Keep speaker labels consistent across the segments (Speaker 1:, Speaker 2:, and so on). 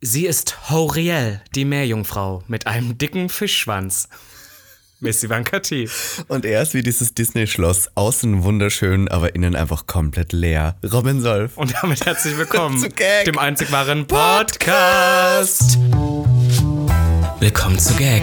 Speaker 1: Sie ist Horiel, die Meerjungfrau, mit einem dicken Fischschwanz. Miss Ivanka T.
Speaker 2: Und er ist wie dieses Disney-Schloss. Außen wunderschön, aber innen einfach komplett leer. Robin Solf.
Speaker 1: Und damit herzlich willkommen
Speaker 2: Zu Gag.
Speaker 1: dem einzig wahren Podcast. Willkommen zu Gag,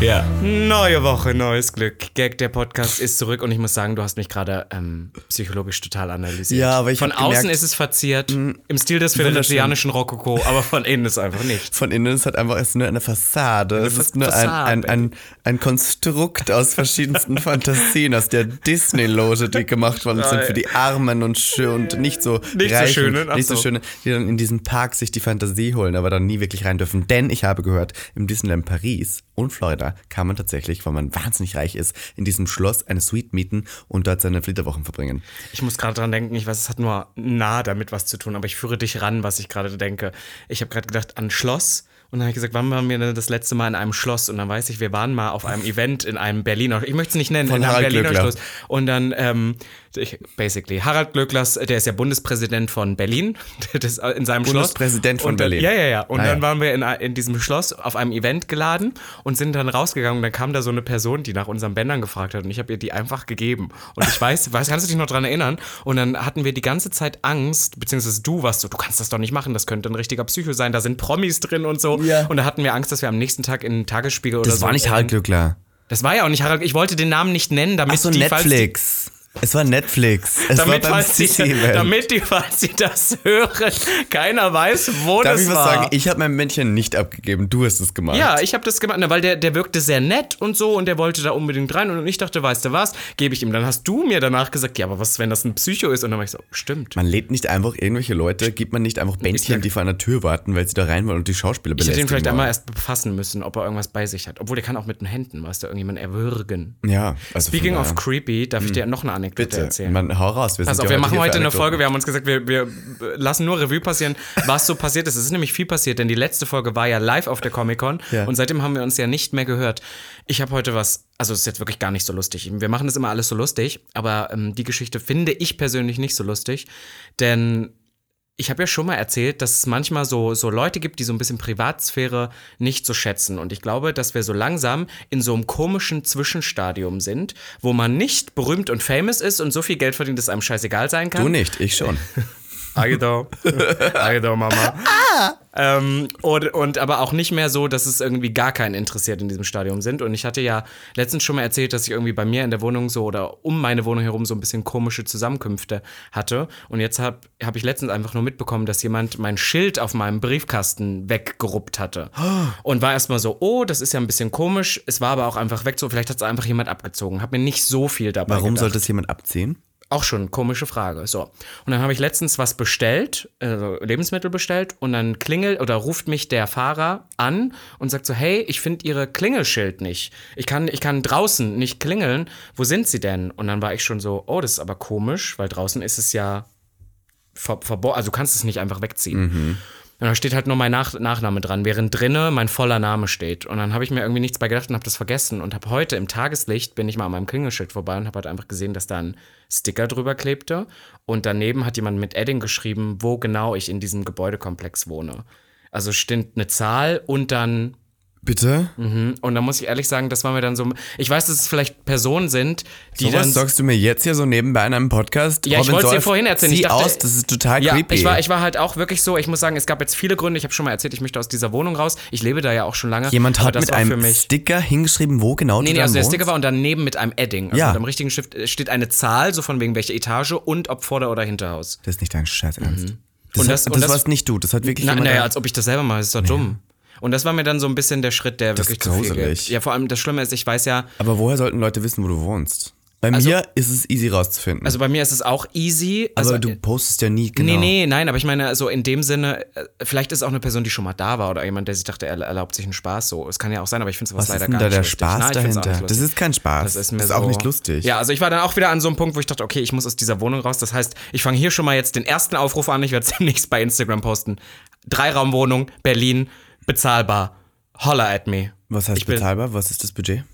Speaker 1: Ja. Neue Woche, neues Glück. Gag, der Podcast ist zurück und ich muss sagen, du hast mich gerade ähm, psychologisch total analysiert.
Speaker 2: Ja, aber ich
Speaker 1: Von
Speaker 2: hab gemerkt- Hm.
Speaker 1: außen ist es verziert, im Stil des venezianischen Rokoko, aber von innen ist einfach nicht.
Speaker 2: Von innen ist halt einfach ist nur eine Fassade. es ist nur ein,
Speaker 1: Fassade,
Speaker 2: ein, ein, ein Konstrukt aus verschiedensten Fantasien, aus der Disney-Loge, die gemacht worden sind für die Armen und, schön, und nicht so
Speaker 1: Nicht so
Speaker 2: reichen,
Speaker 1: schönen, ach
Speaker 2: nicht so
Speaker 1: so.
Speaker 2: schöne, die dann in diesen Park sich die Fantasie holen, aber dann nie wirklich rein dürfen. Denn ich habe gehört, im Disneyland Paris und Florida kann man tatsächlich, weil man wahnsinnig reich ist, in diesem Schloss eine Suite mieten und dort seine Flitterwochen verbringen.
Speaker 1: Ich muss gerade dran denken, ich weiß, es hat nur nah damit was zu tun, aber ich führe dich ran, was ich gerade denke. Ich habe gerade gedacht an Schloss und dann habe ich gesagt, wann waren wir denn das letzte Mal in einem Schloss? Und dann weiß ich, wir waren mal auf einem Event in einem Berliner, ich möchte es nicht nennen,
Speaker 2: Von
Speaker 1: in einem
Speaker 2: Harald
Speaker 1: Berliner
Speaker 2: Glöckler.
Speaker 1: Schloss. Und dann, ähm, ich, basically, Harald Glöcklers, der ist ja Bundespräsident von Berlin, das, in seinem Schloss.
Speaker 2: Bundespräsident von
Speaker 1: und dann,
Speaker 2: Berlin.
Speaker 1: Ja, ja, ja. Und
Speaker 2: Ah,
Speaker 1: dann
Speaker 2: ja.
Speaker 1: waren wir in, in diesem Schloss auf einem Event geladen und sind dann rausgegangen. Und dann kam da so eine Person, die nach unseren Bändern gefragt hat. Und ich habe ihr die einfach gegeben. Und ich weiß, weiß, kannst du dich noch dran erinnern? Und dann hatten wir die ganze Zeit Angst, beziehungsweise du warst so, du kannst das doch nicht machen, das könnte ein richtiger Psycho sein, da sind Promis drin und so.
Speaker 2: Ja.
Speaker 1: Und da hatten wir Angst, dass wir am nächsten Tag in den Tagesspiegel oder
Speaker 2: Das
Speaker 1: so.
Speaker 2: war nicht Harald Glöckler.
Speaker 1: Das war ja auch nicht Harald. Ich wollte den Namen nicht nennen, damit
Speaker 2: Ach so,
Speaker 1: die, falls
Speaker 2: Netflix. Es war Netflix. Es
Speaker 1: damit,
Speaker 2: war beim
Speaker 1: falls die,
Speaker 2: Sissi-Event.
Speaker 1: damit die, falls sie das hören, keiner weiß, wo
Speaker 2: Darf
Speaker 1: das
Speaker 2: ich was
Speaker 1: war.
Speaker 2: sagen? Ich habe mein Männchen nicht abgegeben. Du hast es gemacht.
Speaker 1: Ja, ich habe das gemacht, na, weil der, der wirkte sehr nett und so und der wollte da unbedingt rein und ich dachte, weißt du was, gebe ich ihm. Dann hast du mir danach gesagt, ja, aber was, wenn das ein Psycho ist? Und dann war ich so, stimmt.
Speaker 2: Man lädt nicht einfach irgendwelche Leute, gibt man nicht einfach Bändchen, die vor einer Tür warten, weil sie da rein wollen und die Schauspieler
Speaker 1: Ich hätte
Speaker 2: belästigen
Speaker 1: ihn vielleicht
Speaker 2: wollen.
Speaker 1: einmal erst befassen müssen, ob er irgendwas bei sich hat. Obwohl, der kann auch mit den Händen, weißt du, irgendjemanden erwürgen.
Speaker 2: Ja, also
Speaker 1: Speaking
Speaker 2: von
Speaker 1: of creepy, darf ich dir noch eine Anekdote
Speaker 2: daher, bitte,
Speaker 1: erzählen?
Speaker 2: man, hau raus. Wir,
Speaker 1: Pass
Speaker 2: sind
Speaker 1: auf,
Speaker 2: ja
Speaker 1: wir machen
Speaker 2: hier für
Speaker 1: heute eine
Speaker 2: Anekdoten.
Speaker 1: Folge. Wir haben uns gesagt, wir, wir lassen nur Revue passieren, was so passiert ist. Es ist nämlich viel passiert, denn die letzte Folge war ja live auf der Comic-Con
Speaker 2: Ja.
Speaker 1: und seitdem haben wir uns ja nicht mehr gehört. Ich habe heute was, also es ist jetzt wirklich gar nicht so lustig. Wir machen das immer alles so lustig, aber ähm, die Geschichte finde ich persönlich nicht so lustig, denn ich habe ja schon mal erzählt, dass es manchmal so, so Leute gibt, die so ein bisschen Privatsphäre nicht so schätzen. Und ich glaube, dass wir so langsam in so einem komischen Zwischenstadium sind, wo man nicht berühmt und famous ist und so viel Geld verdient, dass einem scheißegal sein kann.
Speaker 2: Du nicht, ich schon.
Speaker 1: Agedau. Agedau, Mama. Ähm, und, und aber auch nicht mehr so, dass es irgendwie gar keinen interessiert in diesem Stadium sind. Und ich hatte ja letztens schon mal erzählt, dass ich irgendwie bei mir in der Wohnung so oder um meine Wohnung herum so ein bisschen komische Zusammenkünfte hatte. Und jetzt habe hab ich letztens einfach nur mitbekommen, dass jemand mein Schild auf meinem Briefkasten weggeruppt hatte. Und war erstmal so, oh, das ist ja ein bisschen komisch. Es war aber auch einfach weg, so vielleicht hat es einfach jemand abgezogen. Hab mir nicht so viel dabei
Speaker 2: Warum
Speaker 1: gedacht.
Speaker 2: sollte es jemand abziehen?
Speaker 1: Auch schon komische Frage. So. Und dann habe ich letztens was bestellt, also Lebensmittel bestellt, und dann klingelt oder ruft mich der Fahrer an und sagt so: Hey, ich finde Ihre Klingelschild nicht. Ich kann, ich kann draußen nicht klingeln. Wo sind Sie denn? Und dann war ich schon so: Oh, das ist aber komisch, weil draußen ist es ja ver verboten. Also du kannst es nicht einfach wegziehen. Und da steht halt nur mein Nach Nachname dran, während drinne mein voller Name steht. Und dann habe ich mir irgendwie nichts bei gedacht und habe das vergessen. Und habe heute im Tageslicht, bin ich mal an meinem Klingelschild vorbei und habe halt einfach gesehen, dass da ein Sticker drüber klebte. Und daneben hat jemand mit Edding geschrieben, wo genau ich in diesem Gebäudekomplex wohne. Also stimmt eine Zahl und dann
Speaker 2: Bitte?
Speaker 1: mhm. und dann muss ich ehrlich sagen, das war mir dann so. Ich weiß, dass es vielleicht Personen sind, die
Speaker 2: So
Speaker 1: dann
Speaker 2: was sagst du mir jetzt hier so nebenbei in einem Podcast?
Speaker 1: Ja, ich
Speaker 2: Robin
Speaker 1: wollt's dir
Speaker 2: Solf,
Speaker 1: vorhin erzählen. Ich
Speaker 2: Sieh
Speaker 1: dachte-
Speaker 2: aus, das ist total
Speaker 1: Ja,
Speaker 2: creepy.
Speaker 1: ich war, ich war halt auch wirklich so, ich muss sagen, es gab jetzt viele Gründe, ich habe schon mal erzählt, ich möchte aus dieser Wohnung raus. Ich lebe da ja auch schon lange.
Speaker 2: Jemand
Speaker 1: aber
Speaker 2: hat
Speaker 1: das
Speaker 2: mit
Speaker 1: war für
Speaker 2: einem
Speaker 1: mich.
Speaker 2: Sticker hingeschrieben, wo genau
Speaker 1: Nee,
Speaker 2: du
Speaker 1: nee,
Speaker 2: dann
Speaker 1: also der
Speaker 2: wohnst.
Speaker 1: Sticker war und daneben mit einem Edding. Also
Speaker 2: Ja.
Speaker 1: mit einem richtigen Stift äh, steht eine Zahl, so von wegen welche Etage und ob Vorder- oder Hinterhaus.
Speaker 2: Das ist nicht dein Scheiß Ernst. Das,
Speaker 1: Mhm. Und
Speaker 2: hat-
Speaker 1: das- und
Speaker 2: das,
Speaker 1: das-
Speaker 2: warst nicht du. Das hat wirklich
Speaker 1: Na,
Speaker 2: jemand.
Speaker 1: naja, also
Speaker 2: da-
Speaker 1: als ob ich das selber mache, ist doch dumm. Und das war mir dann so ein bisschen der Schritt, der wirklich
Speaker 2: ist
Speaker 1: zu viel
Speaker 2: gruselig.
Speaker 1: gibt. Ja, vor allem das Schlimme ist, ich weiß ja,
Speaker 2: Aber woher sollten Leute wissen, wo du wohnst? Bei
Speaker 1: Also-
Speaker 2: mir ist es easy rauszufinden.
Speaker 1: Also bei mir ist es auch easy. Also,
Speaker 2: aber du postest ja nie genau.
Speaker 1: Nee, nee, nein, aber ich meine, so in dem Sinne, äh, vielleicht ist auch eine Person, die schon mal da war oder jemand, der sich dachte, er erlaubt sich einen Spaß so. Es kann ja auch sein, aber ich finde sowas
Speaker 2: Was ist
Speaker 1: leider
Speaker 2: denn
Speaker 1: gar
Speaker 2: da
Speaker 1: nicht
Speaker 2: der
Speaker 1: lustig.
Speaker 2: Spaß
Speaker 1: Nein, ich find's auch
Speaker 2: dahinter?
Speaker 1: nicht
Speaker 2: Das
Speaker 1: lustig.
Speaker 2: ist kein Spaß.
Speaker 1: Das ist, mir
Speaker 2: auch
Speaker 1: so-
Speaker 2: nicht lustig.
Speaker 1: Ja, also ich war dann auch wieder an so einem Punkt, wo ich dachte, okay, ich muss aus dieser Wohnung raus. Das heißt, ich fange hier schon mal jetzt den ersten Aufruf an. Ich werde demnächst bei Instagram posten. Dreiraumwohnung, Berlin, bezahlbar. Holler at me.
Speaker 2: Was heißt
Speaker 1: Ich bin-
Speaker 2: bezahlbar? Was ist das Budget?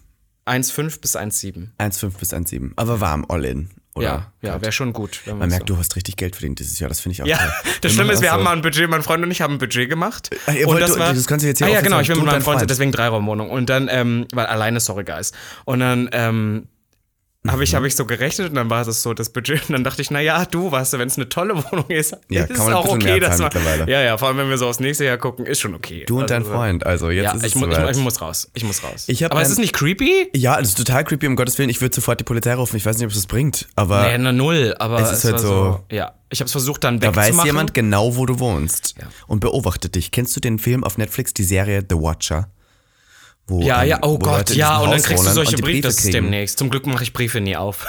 Speaker 1: 1,5 bis 1,7.
Speaker 2: 1,5 bis 1,7. Aber warm, all in, oder?
Speaker 1: Ja, ja, wäre schon gut. Wenn
Speaker 2: Man
Speaker 1: so-
Speaker 2: merkt, du hast richtig Geld verdient dieses Jahr. Das finde ich auch
Speaker 1: Ja,
Speaker 2: toll.
Speaker 1: das Schlimme ist, wir haben mal
Speaker 2: machen
Speaker 1: ein Budget, mein Freund und ich haben ein Budget gemacht.
Speaker 2: also Ah, ihr
Speaker 1: und
Speaker 2: wollt- das kannst du jetzt hier
Speaker 1: ah, ja,
Speaker 2: offiziell
Speaker 1: genau, ich bin
Speaker 2: tun,
Speaker 1: mit meinem
Speaker 2: dein
Speaker 1: Freund,
Speaker 2: Freund.
Speaker 1: deswegen Dreiraumwohnung. Und dann, ähm, weil alleine, sorry, guys. Und dann, ähm, habe
Speaker 2: Mhm.
Speaker 1: ich, hab ich so gerechnet und dann war das so das Budget. Und dann dachte ich, naja, du, weißt du, wenn es eine tolle Wohnung ist,
Speaker 2: Ja,
Speaker 1: ist
Speaker 2: kann man
Speaker 1: es
Speaker 2: ein
Speaker 1: auch
Speaker 2: bisschen
Speaker 1: okay,
Speaker 2: mehr
Speaker 1: dass
Speaker 2: zahlen
Speaker 1: man.
Speaker 2: mittlerweile.
Speaker 1: Ja, ja, vor allem, wenn wir so aufs nächste Jahr gucken, ist schon okay.
Speaker 2: Du und dein
Speaker 1: Also,
Speaker 2: Freund, also jetzt
Speaker 1: Ja,
Speaker 2: ist es
Speaker 1: ich, mu ich, mu-
Speaker 2: soweit.
Speaker 1: ich muss raus. Ich muss raus.
Speaker 2: Ich hab
Speaker 1: Aber es
Speaker 2: ein-
Speaker 1: ist nicht creepy?
Speaker 2: ja, das ist total creepy, um Gottes Willen. Ich würde sofort die Polizei rufen. Ich weiß nicht, ob es das bringt, aber
Speaker 1: Ja, na null, aber
Speaker 2: Es ist halt
Speaker 1: war
Speaker 2: so-
Speaker 1: Ja, ich habe es versucht, dann
Speaker 2: da
Speaker 1: wegzumachen.
Speaker 2: weiß jemand genau, wo du wohnst
Speaker 1: Ja.
Speaker 2: und beobachtet dich. Kennst du den Film auf Netflix, die Serie The Watcher? Wo,
Speaker 1: Ja,
Speaker 2: ähm,
Speaker 1: ja, oh
Speaker 2: wo
Speaker 1: Gott,
Speaker 2: Leute in
Speaker 1: ja,
Speaker 2: diesem
Speaker 1: und dann
Speaker 2: Haus
Speaker 1: kriegst du
Speaker 2: wohnen
Speaker 1: solche
Speaker 2: und die
Speaker 1: Briefe, das ist
Speaker 2: kriegen.
Speaker 1: demnächst. Zum Glück mache ich Briefe nie auf.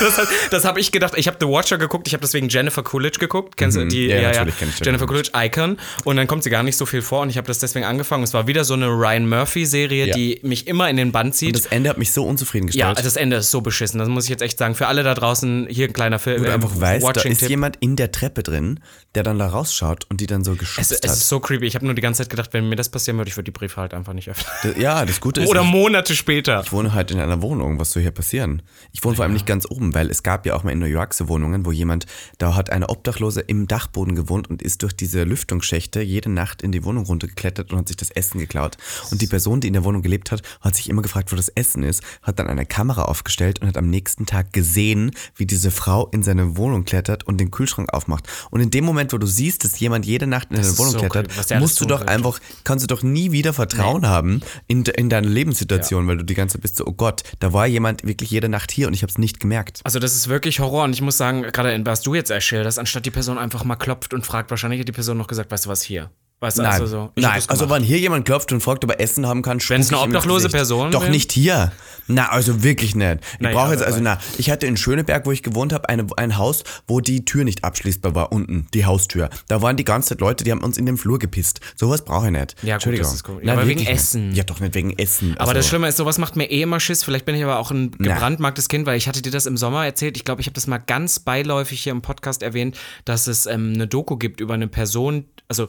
Speaker 1: das hab- das habe ich gedacht. Ich habe The Watcher geguckt, ich habe deswegen Jennifer Coolidge geguckt. Kennst du die?
Speaker 2: Mhm. Ja, natürlich kenn ich Jennifer
Speaker 1: Jennifer Coolidge, Icon. Und dann kommt sie gar nicht so viel vor und ich habe das deswegen angefangen. Es war wieder so eine Ryan Murphy-Serie,
Speaker 2: Ja.
Speaker 1: die mich immer in den Bann zieht.
Speaker 2: Das Ende hat mich so unzufrieden
Speaker 1: ja,
Speaker 2: gestellt.
Speaker 1: das Ende ist so beschissen, das muss ich jetzt echt sagen. Für alle da draußen, hier ein kleiner Film. ähm,
Speaker 2: wo du einfach weißt, da ist
Speaker 1: Watching-Tipp.
Speaker 2: jemand in der Treppe drin, der dann da rausschaut und die dann so
Speaker 1: Es,
Speaker 2: geschubst
Speaker 1: es ist so creepy. Ich habe nur die ganze Zeit gedacht, wenn mir das passieren würde, ich würde die Briefe halt einfach nicht öffnen.
Speaker 2: hat. Ja, das Gute ist,
Speaker 1: Oder
Speaker 2: ich
Speaker 1: Monate später.
Speaker 2: wohne halt in einer Wohnung. Was soll hier passieren? Ich wohne vor allem nicht ganz oben, weil es gab ja auch mal in New York so Wohnungen, wo jemand, da hat eine Obdachlose im Dachboden gewohnt und ist durch diese Lüftungsschächte jede Nacht in die Wohnung runtergeklettert und hat sich das Essen geklaut. Und die Person, die in der Wohnung gelebt hat, hat sich immer gefragt, wo das Essen ist, hat dann eine Kamera aufgestellt und hat am nächsten Tag gesehen, wie diese Frau in seine Wohnung klettert und den Kühlschrank aufmacht. Und in dem Moment, wo du siehst, dass jemand jede Nacht in deine
Speaker 1: ist
Speaker 2: Wohnung
Speaker 1: so
Speaker 2: klettert,
Speaker 1: creepy, was der alles
Speaker 2: musst du
Speaker 1: tun
Speaker 2: doch
Speaker 1: könnte.
Speaker 2: einfach, kannst du doch nie wieder Vertrauen haben in, de- in deine Lebenssituation, weil du die ganze Zeit bist so, oh Gott, da war jemand wirklich jede Nacht hier und ich habe es nicht gemerkt.
Speaker 1: Also das ist wirklich Horror und ich muss sagen, gerade in was du jetzt erschilderst, anstatt die Person einfach mal klopft und fragt, wahrscheinlich hat die Person noch gesagt, weißt du was hier? Weißt du,
Speaker 2: Nein,
Speaker 1: also so. ich hab
Speaker 2: nein.
Speaker 1: das
Speaker 2: also
Speaker 1: gemacht.
Speaker 2: wenn hier jemand klopft und fragt, ob er Essen haben kann,
Speaker 1: Wenn's eine
Speaker 2: spuck ich ihm ins
Speaker 1: obdachlose
Speaker 2: Gesicht.
Speaker 1: Person
Speaker 2: Doch
Speaker 1: wäre?
Speaker 2: nicht hier. Na, also wirklich nicht. Ich
Speaker 1: Naja,
Speaker 2: brauche jetzt,
Speaker 1: aber-
Speaker 2: also na, ich hatte in Schöneberg, wo ich gewohnt habe, eine, ein Haus, wo die Tür nicht abschließbar war, unten, die Haustür. Da waren die ganze Zeit Leute, die haben uns in den Flur gepisst. Sowas brauche ich nicht.
Speaker 1: Ja, gut,
Speaker 2: Entschuldigung.
Speaker 1: das ist cool. Ja,
Speaker 2: Nein,
Speaker 1: aber wegen
Speaker 2: wirklich nicht.
Speaker 1: Essen.
Speaker 2: Ja, doch nicht wegen Essen.
Speaker 1: aber
Speaker 2: Also-
Speaker 1: das Schlimme ist, sowas macht mir eh immer Schiss. Vielleicht bin ich aber auch ein gebrandmarktes Kind, weil ich hatte dir das im Sommer erzählt. Ich glaube, ich habe das mal ganz beiläufig hier im Podcast erwähnt, dass es ähm, eine Doku gibt über eine Person, also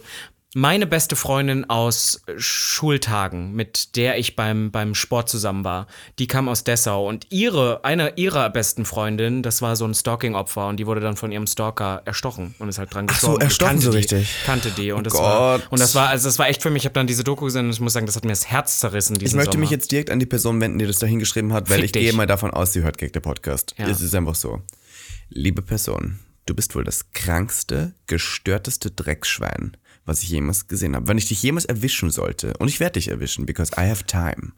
Speaker 1: meine beste Freundin aus Schultagen, mit der ich beim, beim Sport zusammen war, die kam aus Dessau und ihre, eine ihrer besten Freundinnen, das war so ein Stalking-Opfer und die wurde dann von ihrem Stalker erstochen und ist halt dran gestorben. Ich
Speaker 2: erstochen
Speaker 1: kannte
Speaker 2: so
Speaker 1: die,
Speaker 2: richtig. Oh
Speaker 1: Kannte die und, das
Speaker 2: Gott.
Speaker 1: war, und das war, also das war echt für mich, ich habe dann diese Doku gesehen und ich muss sagen, das hat mir das Herz zerrissen,
Speaker 2: Ich
Speaker 1: diesen
Speaker 2: möchte
Speaker 1: Sommer.
Speaker 2: mich jetzt direkt an die Person wenden, die das da hingeschrieben hat, weil
Speaker 1: Fick
Speaker 2: ich
Speaker 1: dich.
Speaker 2: gehe mal davon aus, sie hört Gag der Podcast.
Speaker 1: Ja.
Speaker 2: Es ist einfach so. Liebe Person, du bist wohl das krankste, gestörteste Drecksschwein, was ich jemals gesehen habe. Wenn ich dich jemals erwischen sollte, und ich werde dich erwischen, because I have time.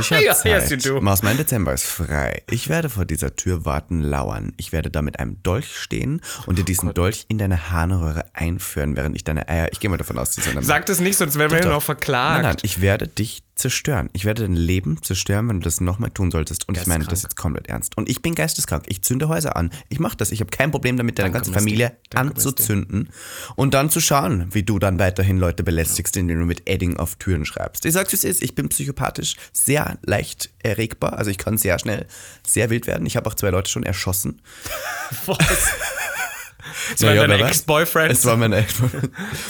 Speaker 2: Ich habe
Speaker 1: Ja, yes,
Speaker 2: Zeit.
Speaker 1: you do.
Speaker 2: Maus, mein Dezember ist frei. Ich werde vor dieser Tür warten, lauern. Ich werde da mit einem Dolch stehen und dir
Speaker 1: Oh
Speaker 2: diesen Dolch in deine Harnröhre einführen, während ich deine Eier. Ich gehe mal davon aus, dass du
Speaker 1: Sagt es nicht, sonst werden wir hier
Speaker 2: doch.
Speaker 1: noch verklagt.
Speaker 2: Nein, nein, ich werde dich zerstören. Ich werde dein Leben zerstören, wenn du das nochmal tun solltest. Und ich meine das
Speaker 1: Geisteskrank.
Speaker 2: jetzt komplett ernst. Und ich bin geisteskrank. Ich zünde Häuser an. Ich mache das. Ich habe kein Problem damit, deine ganze
Speaker 1: Misty.
Speaker 2: Familie
Speaker 1: Danke,
Speaker 2: anzuzünden und dann zu schauen, wie du dann weiterhin Leute belästigst, indem du mit Edding auf Türen schreibst. Ich sag's, wie es ist. Ich bin psychopathisch sehr leicht erregbar. Also ich kann sehr schnell sehr wild werden. Ich habe auch zwei Leute schon erschossen.
Speaker 1: Das waren
Speaker 2: Naja,
Speaker 1: deine
Speaker 2: wer weiß. Es
Speaker 1: Ex-Boyfriends.
Speaker 2: war mein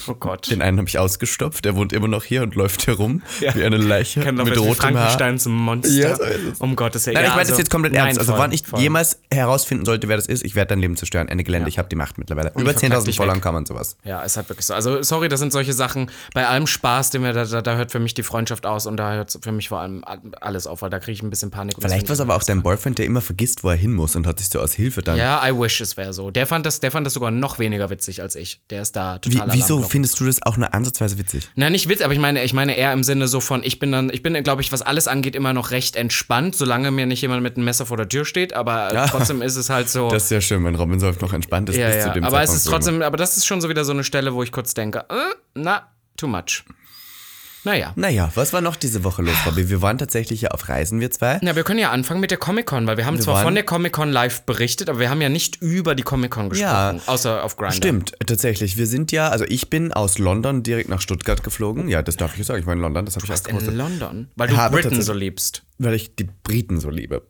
Speaker 1: Oh Gott.
Speaker 2: Den einen habe ich ausgestopft, der wohnt immer noch hier und läuft herum
Speaker 1: Ja.
Speaker 2: wie eine Leiche
Speaker 1: Kann doch
Speaker 2: mit
Speaker 1: jetzt wie
Speaker 2: rotem Haar.
Speaker 1: Frankenstein zum Monster.
Speaker 2: Ja, so ist es.
Speaker 1: Um Gottes Willen.
Speaker 2: Nein,
Speaker 1: Ja,
Speaker 2: ich meine das
Speaker 1: also-
Speaker 2: jetzt komplett
Speaker 1: Nein,
Speaker 2: ernst. Also,
Speaker 1: voll,
Speaker 2: wann ich
Speaker 1: voll.
Speaker 2: jemals herausfinden sollte, wer das ist, ich werde dein Leben zerstören. Ende Gelände, ich habe die Macht mittlerweile. Über
Speaker 1: verklag
Speaker 2: 10.000
Speaker 1: dich
Speaker 2: Followern
Speaker 1: weg.
Speaker 2: kann man sowas.
Speaker 1: Ja, ist halt wirklich so. Also, sorry, das sind solche Sachen. Bei allem Spaß, den wir da, da, da hört für mich die Freundschaft aus und da hört für mich vor allem alles auf, weil da kriege ich ein bisschen Panik. und das
Speaker 2: Vielleicht
Speaker 1: find
Speaker 2: war
Speaker 1: ich-
Speaker 2: es aber auch dein Boyfriend, der immer vergisst, wo er hin muss und hat sich so aus Hilfe dann.
Speaker 1: Ja, I wish es wäre so. Der fand, das, der fand das sogar noch weniger witzig als ich. Der ist da
Speaker 2: Wie,
Speaker 1: total
Speaker 2: wieso
Speaker 1: Alarmglocken.
Speaker 2: findest du das auch nur ansatzweise witzig?
Speaker 1: Na, nicht Witz, aber ich meine, ich meine eher im Sinne so von, ich bin dann, ich bin, glaube ich, was alles angeht, immer noch recht entspannt, solange mir nicht jemand mit einem Messer vor der Tür steht, aber äh, trotzdem ist es halt so.
Speaker 2: Das ist ja schön, wenn Robin Solf noch entspannt ist
Speaker 1: ja,
Speaker 2: bis
Speaker 1: ja.
Speaker 2: zu dem
Speaker 1: aber es
Speaker 2: Zeitpunkt, ne?
Speaker 1: ist
Speaker 2: wo
Speaker 1: trotzdem, aber das ist schon so wieder so eine Stelle, wo ich kurz denke, äh, na, too much. Naja.
Speaker 2: Naja, was war noch diese Woche los, Bobby? Wir waren tatsächlich ja auf Reisen, wir zwei.
Speaker 1: Na, wir können ja anfangen mit der Comic-Con, weil wir haben zwar
Speaker 2: waren-
Speaker 1: von der Comic-Con live berichtet, aber wir haben ja nicht über die Comic-Con gesprochen,
Speaker 2: Ja.
Speaker 1: außer auf Grindr.
Speaker 2: Stimmt, tatsächlich. Wir sind ja, also ich bin aus London direkt nach Stuttgart geflogen. Ja, das darf ich jetzt sagen. Ich war in London, das habe ich auch
Speaker 1: In London, weil du
Speaker 2: Habe
Speaker 1: Britain
Speaker 2: tatsächlich-
Speaker 1: so liebst.
Speaker 2: weil ich die Briten so liebe.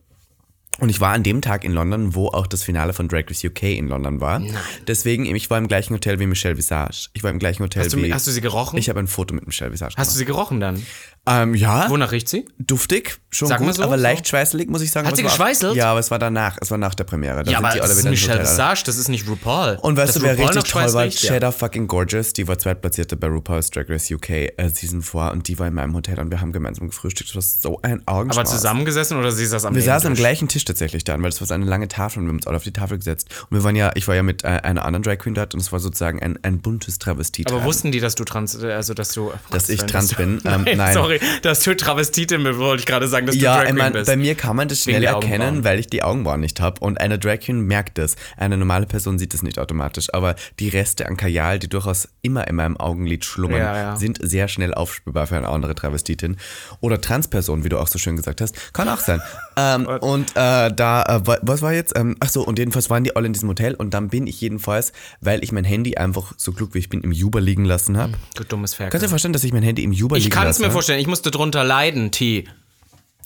Speaker 2: Und ich war an dem Tag in London, wo auch das Finale von Drag Race UK in London war. Nein. Deswegen, ich war im gleichen Hotel wie Michelle Visage. Ich war im gleichen Hotel
Speaker 1: Hast du,
Speaker 2: wie.
Speaker 1: hast du sie gerochen?
Speaker 2: ich habe ein Foto mit Michelle Visage
Speaker 1: hast du sie gerochen dann?
Speaker 2: Ähm, ja,
Speaker 1: Wonach riecht sie?
Speaker 2: duftig, schon
Speaker 1: Sag mal
Speaker 2: gut,
Speaker 1: so,
Speaker 2: aber
Speaker 1: so.
Speaker 2: leicht schweißelig, muss ich sagen.
Speaker 1: Hat
Speaker 2: Aber
Speaker 1: sie
Speaker 2: es war-
Speaker 1: geschweißelt?
Speaker 2: Ja, aber es war danach, es war nach der Premiere. Da
Speaker 1: Ja, aber
Speaker 2: die
Speaker 1: das
Speaker 2: alle
Speaker 1: ist
Speaker 2: wieder ins
Speaker 1: Michelle
Speaker 2: Hotel.
Speaker 1: Visage, das ist nicht RuPaul.
Speaker 2: Und weißt
Speaker 1: Dass
Speaker 2: du, wer
Speaker 1: RuPaul
Speaker 2: richtig
Speaker 1: noch
Speaker 2: toll
Speaker 1: schweiß
Speaker 2: war?
Speaker 1: riecht? Ja.
Speaker 2: Cheddar fucking Gorgeous, die war Zweitplatzierte bei RuPaul's Drag Race UK äh, Season 4 und die war in meinem Hotel und wir haben gemeinsam gefrühstückt. Das war so ein Augenschmaus.
Speaker 1: Aber zusammengesessen oder sie saß am
Speaker 2: Wir
Speaker 1: Nebentisch?
Speaker 2: saßen am gleichen Tisch tatsächlich dann, weil das war so eine lange Tafel und wir haben uns alle auf die Tafel gesetzt. Und wir waren ja, ich war ja mit äh, einer anderen Drag Queen dort und es war sozusagen ein, ein buntes Travestit.
Speaker 1: Aber wussten die, dass du trans, also dass du,
Speaker 2: Dass ich
Speaker 1: Nein,
Speaker 2: trans
Speaker 1: dass du-
Speaker 2: bin? Ähm, nein.
Speaker 1: sorry, dass du Travestitin bist, wollte ich gerade sagen, dass
Speaker 2: ja,
Speaker 1: du Drag
Speaker 2: ich
Speaker 1: Queen
Speaker 2: mein,
Speaker 1: bist.
Speaker 2: bei mir kann man das
Speaker 1: Wegen
Speaker 2: schnell
Speaker 1: der
Speaker 2: erkennen,
Speaker 1: Augenbrauen.
Speaker 2: weil ich die Augenbrauen nicht habe. Und eine Drag Queen merkt das. Eine normale Person sieht das nicht automatisch. Aber die Reste an Kajal, die durchaus immer in meinem Augenlid schlummern,
Speaker 1: Ja, ja.
Speaker 2: sind sehr schnell aufspürbar für eine andere Travestitin. Oder Transperson, wie du auch so schön gesagt hast. Kann auch sein. ähm, und äh, da, äh, wa- was war jetzt? Ähm, ach so, und jedenfalls waren die alle in diesem Hotel. Und dann bin ich jedenfalls, weil ich mein Handy einfach so klug wie ich bin im Juba liegen lassen habe.
Speaker 1: du dummes Ferkel.
Speaker 2: Kannst du dir vorstellen, dass ich mein Handy im Juba
Speaker 1: Hm. Ich
Speaker 2: liegen
Speaker 1: kann es
Speaker 2: lasse?
Speaker 1: mir vorstellen, ich musste drunter leiden, T.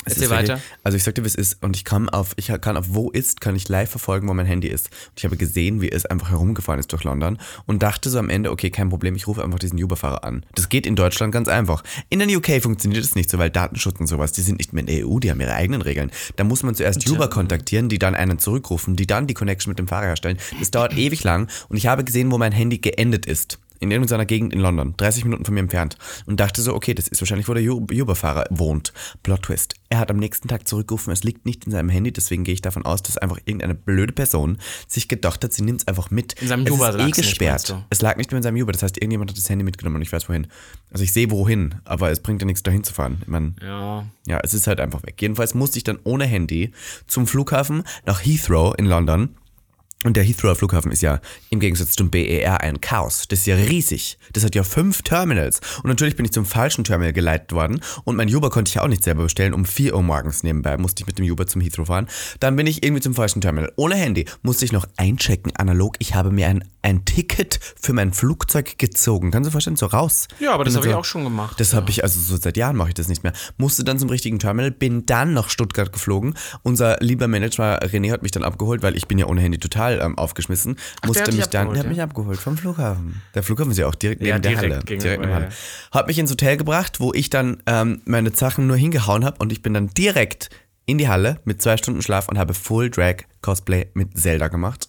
Speaker 2: Es
Speaker 1: Erzähl
Speaker 2: ist wirklich-
Speaker 1: weiter.
Speaker 2: Also ich sagte, wie es ist und ich kam auf, ich kann auf wo ist, kann ich live verfolgen, wo mein Handy ist. Und ich habe gesehen, wie es einfach herumgefahren ist durch London und dachte so am Ende, okay, kein Problem, ich rufe einfach diesen Uber-Fahrer an. Das geht in Deutschland ganz einfach. In der UK funktioniert es nicht so, weil Datenschutz und sowas, die sind nicht mehr in der EU, die haben ihre eigenen Regeln. Da muss man zuerst Uber kontaktieren, die dann einen zurückrufen, die dann die Connection mit dem Fahrer herstellen. Das dauert ewig lang und ich habe gesehen, wo mein Handy geendet ist. In irgendeiner Gegend in London, 30 Minuten von mir entfernt. Und dachte so, okay, das ist wahrscheinlich, wo der Ju- Uber-Fahrer wohnt. Plot Twist. Er hat am nächsten Tag zurückgerufen, es liegt nicht in seinem Handy, deswegen gehe ich davon aus, dass einfach irgendeine blöde Person sich gedacht hat, sie nimmt es einfach mit. In
Speaker 1: seinem
Speaker 2: es
Speaker 1: Uber
Speaker 2: ist
Speaker 1: lag's
Speaker 2: eh
Speaker 1: nicht,
Speaker 2: gesperrt.
Speaker 1: meinst du?
Speaker 2: es lag nicht mehr in seinem Uber, das heißt, irgendjemand hat das Handy mitgenommen und ich weiß wohin. Also ich sehe wohin, aber es bringt ja nichts, dahin zu fahren. Ich meine,
Speaker 1: Ja.
Speaker 2: ja, es ist halt einfach weg. Jedenfalls musste ich dann ohne Handy zum Flughafen nach Heathrow in London. Und der Heathrow Flughafen ist ja im Gegensatz zum BER ein Chaos. Das ist ja riesig. Das hat ja fünf Terminals. Und natürlich bin ich zum falschen Terminal geleitet worden. Und mein Uber konnte ich ja auch nicht selber bestellen. Um 4 Uhr morgens nebenbei musste ich mit dem Uber zum Heathrow fahren. Dann bin ich irgendwie zum falschen Terminal. Ohne Handy musste ich noch einchecken analog. Ich habe mir ein, ein Ticket für mein Flugzeug gezogen. Kannst du dir vorstellen? So raus.
Speaker 1: Ja, aber das
Speaker 2: Bin
Speaker 1: habe
Speaker 2: so-
Speaker 1: ich auch schon gemacht.
Speaker 2: das habe ich, also so seit Jahren mache ich das nicht mehr. Musste dann zum richtigen Terminal, bin dann nach Stuttgart geflogen. Unser lieber Manager René hat mich dann abgeholt, weil ich bin ja ohne Handy total ähm, aufgeschmissen. musste
Speaker 1: hat dich
Speaker 2: mich dann,
Speaker 1: abgeholt,
Speaker 2: der hat
Speaker 1: ja.
Speaker 2: mich abgeholt vom Flughafen. Der Flughafen ist ja auch direkt neben der
Speaker 1: direkt
Speaker 2: Halle.
Speaker 1: gegenüber,
Speaker 2: Direkt neben der Halle.
Speaker 1: ja,
Speaker 2: Hat mich ins Hotel gebracht, wo ich dann ähm, meine Sachen nur hingehauen habe und ich bin dann direkt in die Halle mit zwei Stunden Schlaf und habe Full Drag Cosplay mit Zelda gemacht.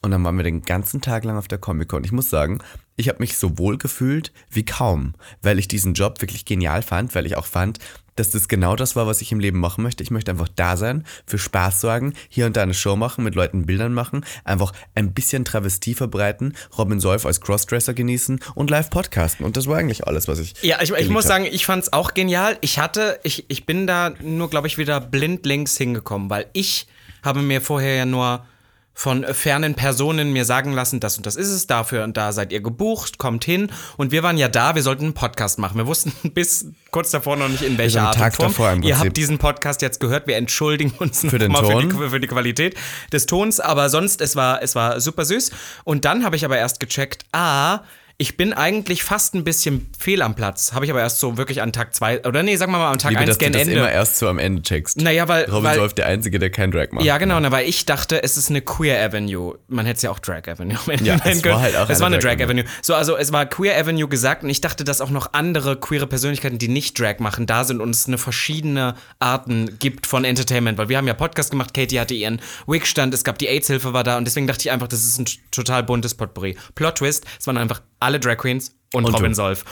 Speaker 2: Und dann waren wir den ganzen Tag lang auf der Comic Con. Ich muss sagen, ich habe mich so wohl gefühlt wie kaum, weil ich diesen Job wirklich genial fand, weil ich auch fand, dass das genau das war, was ich im Leben machen möchte. Ich möchte einfach da sein, für Spaß sorgen, hier und da eine Show machen, mit Leuten Bildern machen, einfach ein bisschen Travestie verbreiten, Robin Solf als Crossdresser genießen und live podcasten. Und das war eigentlich alles, was ich.
Speaker 1: Ja, ich, ich
Speaker 2: geliebt
Speaker 1: muss
Speaker 2: habe.
Speaker 1: sagen, ich fand's auch genial. Ich hatte, ich, ich bin da nur, glaube ich, wieder blindlings hingekommen, weil ich habe mir vorher ja nur von äh, fernen Personen mir sagen lassen, das und das ist es, dafür und da seid ihr gebucht, kommt hin. Und wir waren ja da, wir sollten einen Podcast machen. Wir wussten bis kurz davor noch nicht, in welcher
Speaker 2: am
Speaker 1: Art
Speaker 2: Tag
Speaker 1: und Form.
Speaker 2: davor im
Speaker 1: ihr
Speaker 2: Prinzip.
Speaker 1: habt diesen Podcast jetzt gehört, wir entschuldigen uns
Speaker 2: den
Speaker 1: nochmal für, die,
Speaker 2: Ton.
Speaker 1: für die Qualität des Tons, aber sonst, es war, es war super süß. Und dann habe ich aber erst gecheckt, ah, ich bin eigentlich fast ein bisschen fehl am Platz. Habe ich aber erst so wirklich an Tag zwei oder nee, sagen wir mal am Tag
Speaker 2: Liebe,
Speaker 1: eins
Speaker 2: dass du
Speaker 1: gen
Speaker 2: das immer
Speaker 1: Ende.
Speaker 2: erst so am Ende checkst.
Speaker 1: Naja, weil-
Speaker 2: Robin
Speaker 1: weil-
Speaker 2: Solf der Einzige, der kein Drag macht.
Speaker 1: Ja, genau, na, weil ich dachte, es ist eine Queer Avenue. Man hätte es ja auch Drag Avenue am Ende
Speaker 2: Ja, es
Speaker 1: nennen können.
Speaker 2: war halt auch
Speaker 1: es war eine
Speaker 2: eine
Speaker 1: Drag,
Speaker 2: Drag
Speaker 1: Avenue. So, also es war Queer Avenue gesagt und ich dachte, dass auch noch andere queere Persönlichkeiten, die nicht Drag machen, da sind und es eine verschiedene Arten gibt von Entertainment. Weil wir haben ja Podcast gemacht, Katie hatte ihren Wig-Stand, es gab die AIDS-Hilfe war da und deswegen dachte ich einfach, das ist ein total buntes Potpourri. Plot-Twist, es waren einfach alle Drag Queens und,
Speaker 2: Und
Speaker 1: Robin
Speaker 2: du.
Speaker 1: Solf.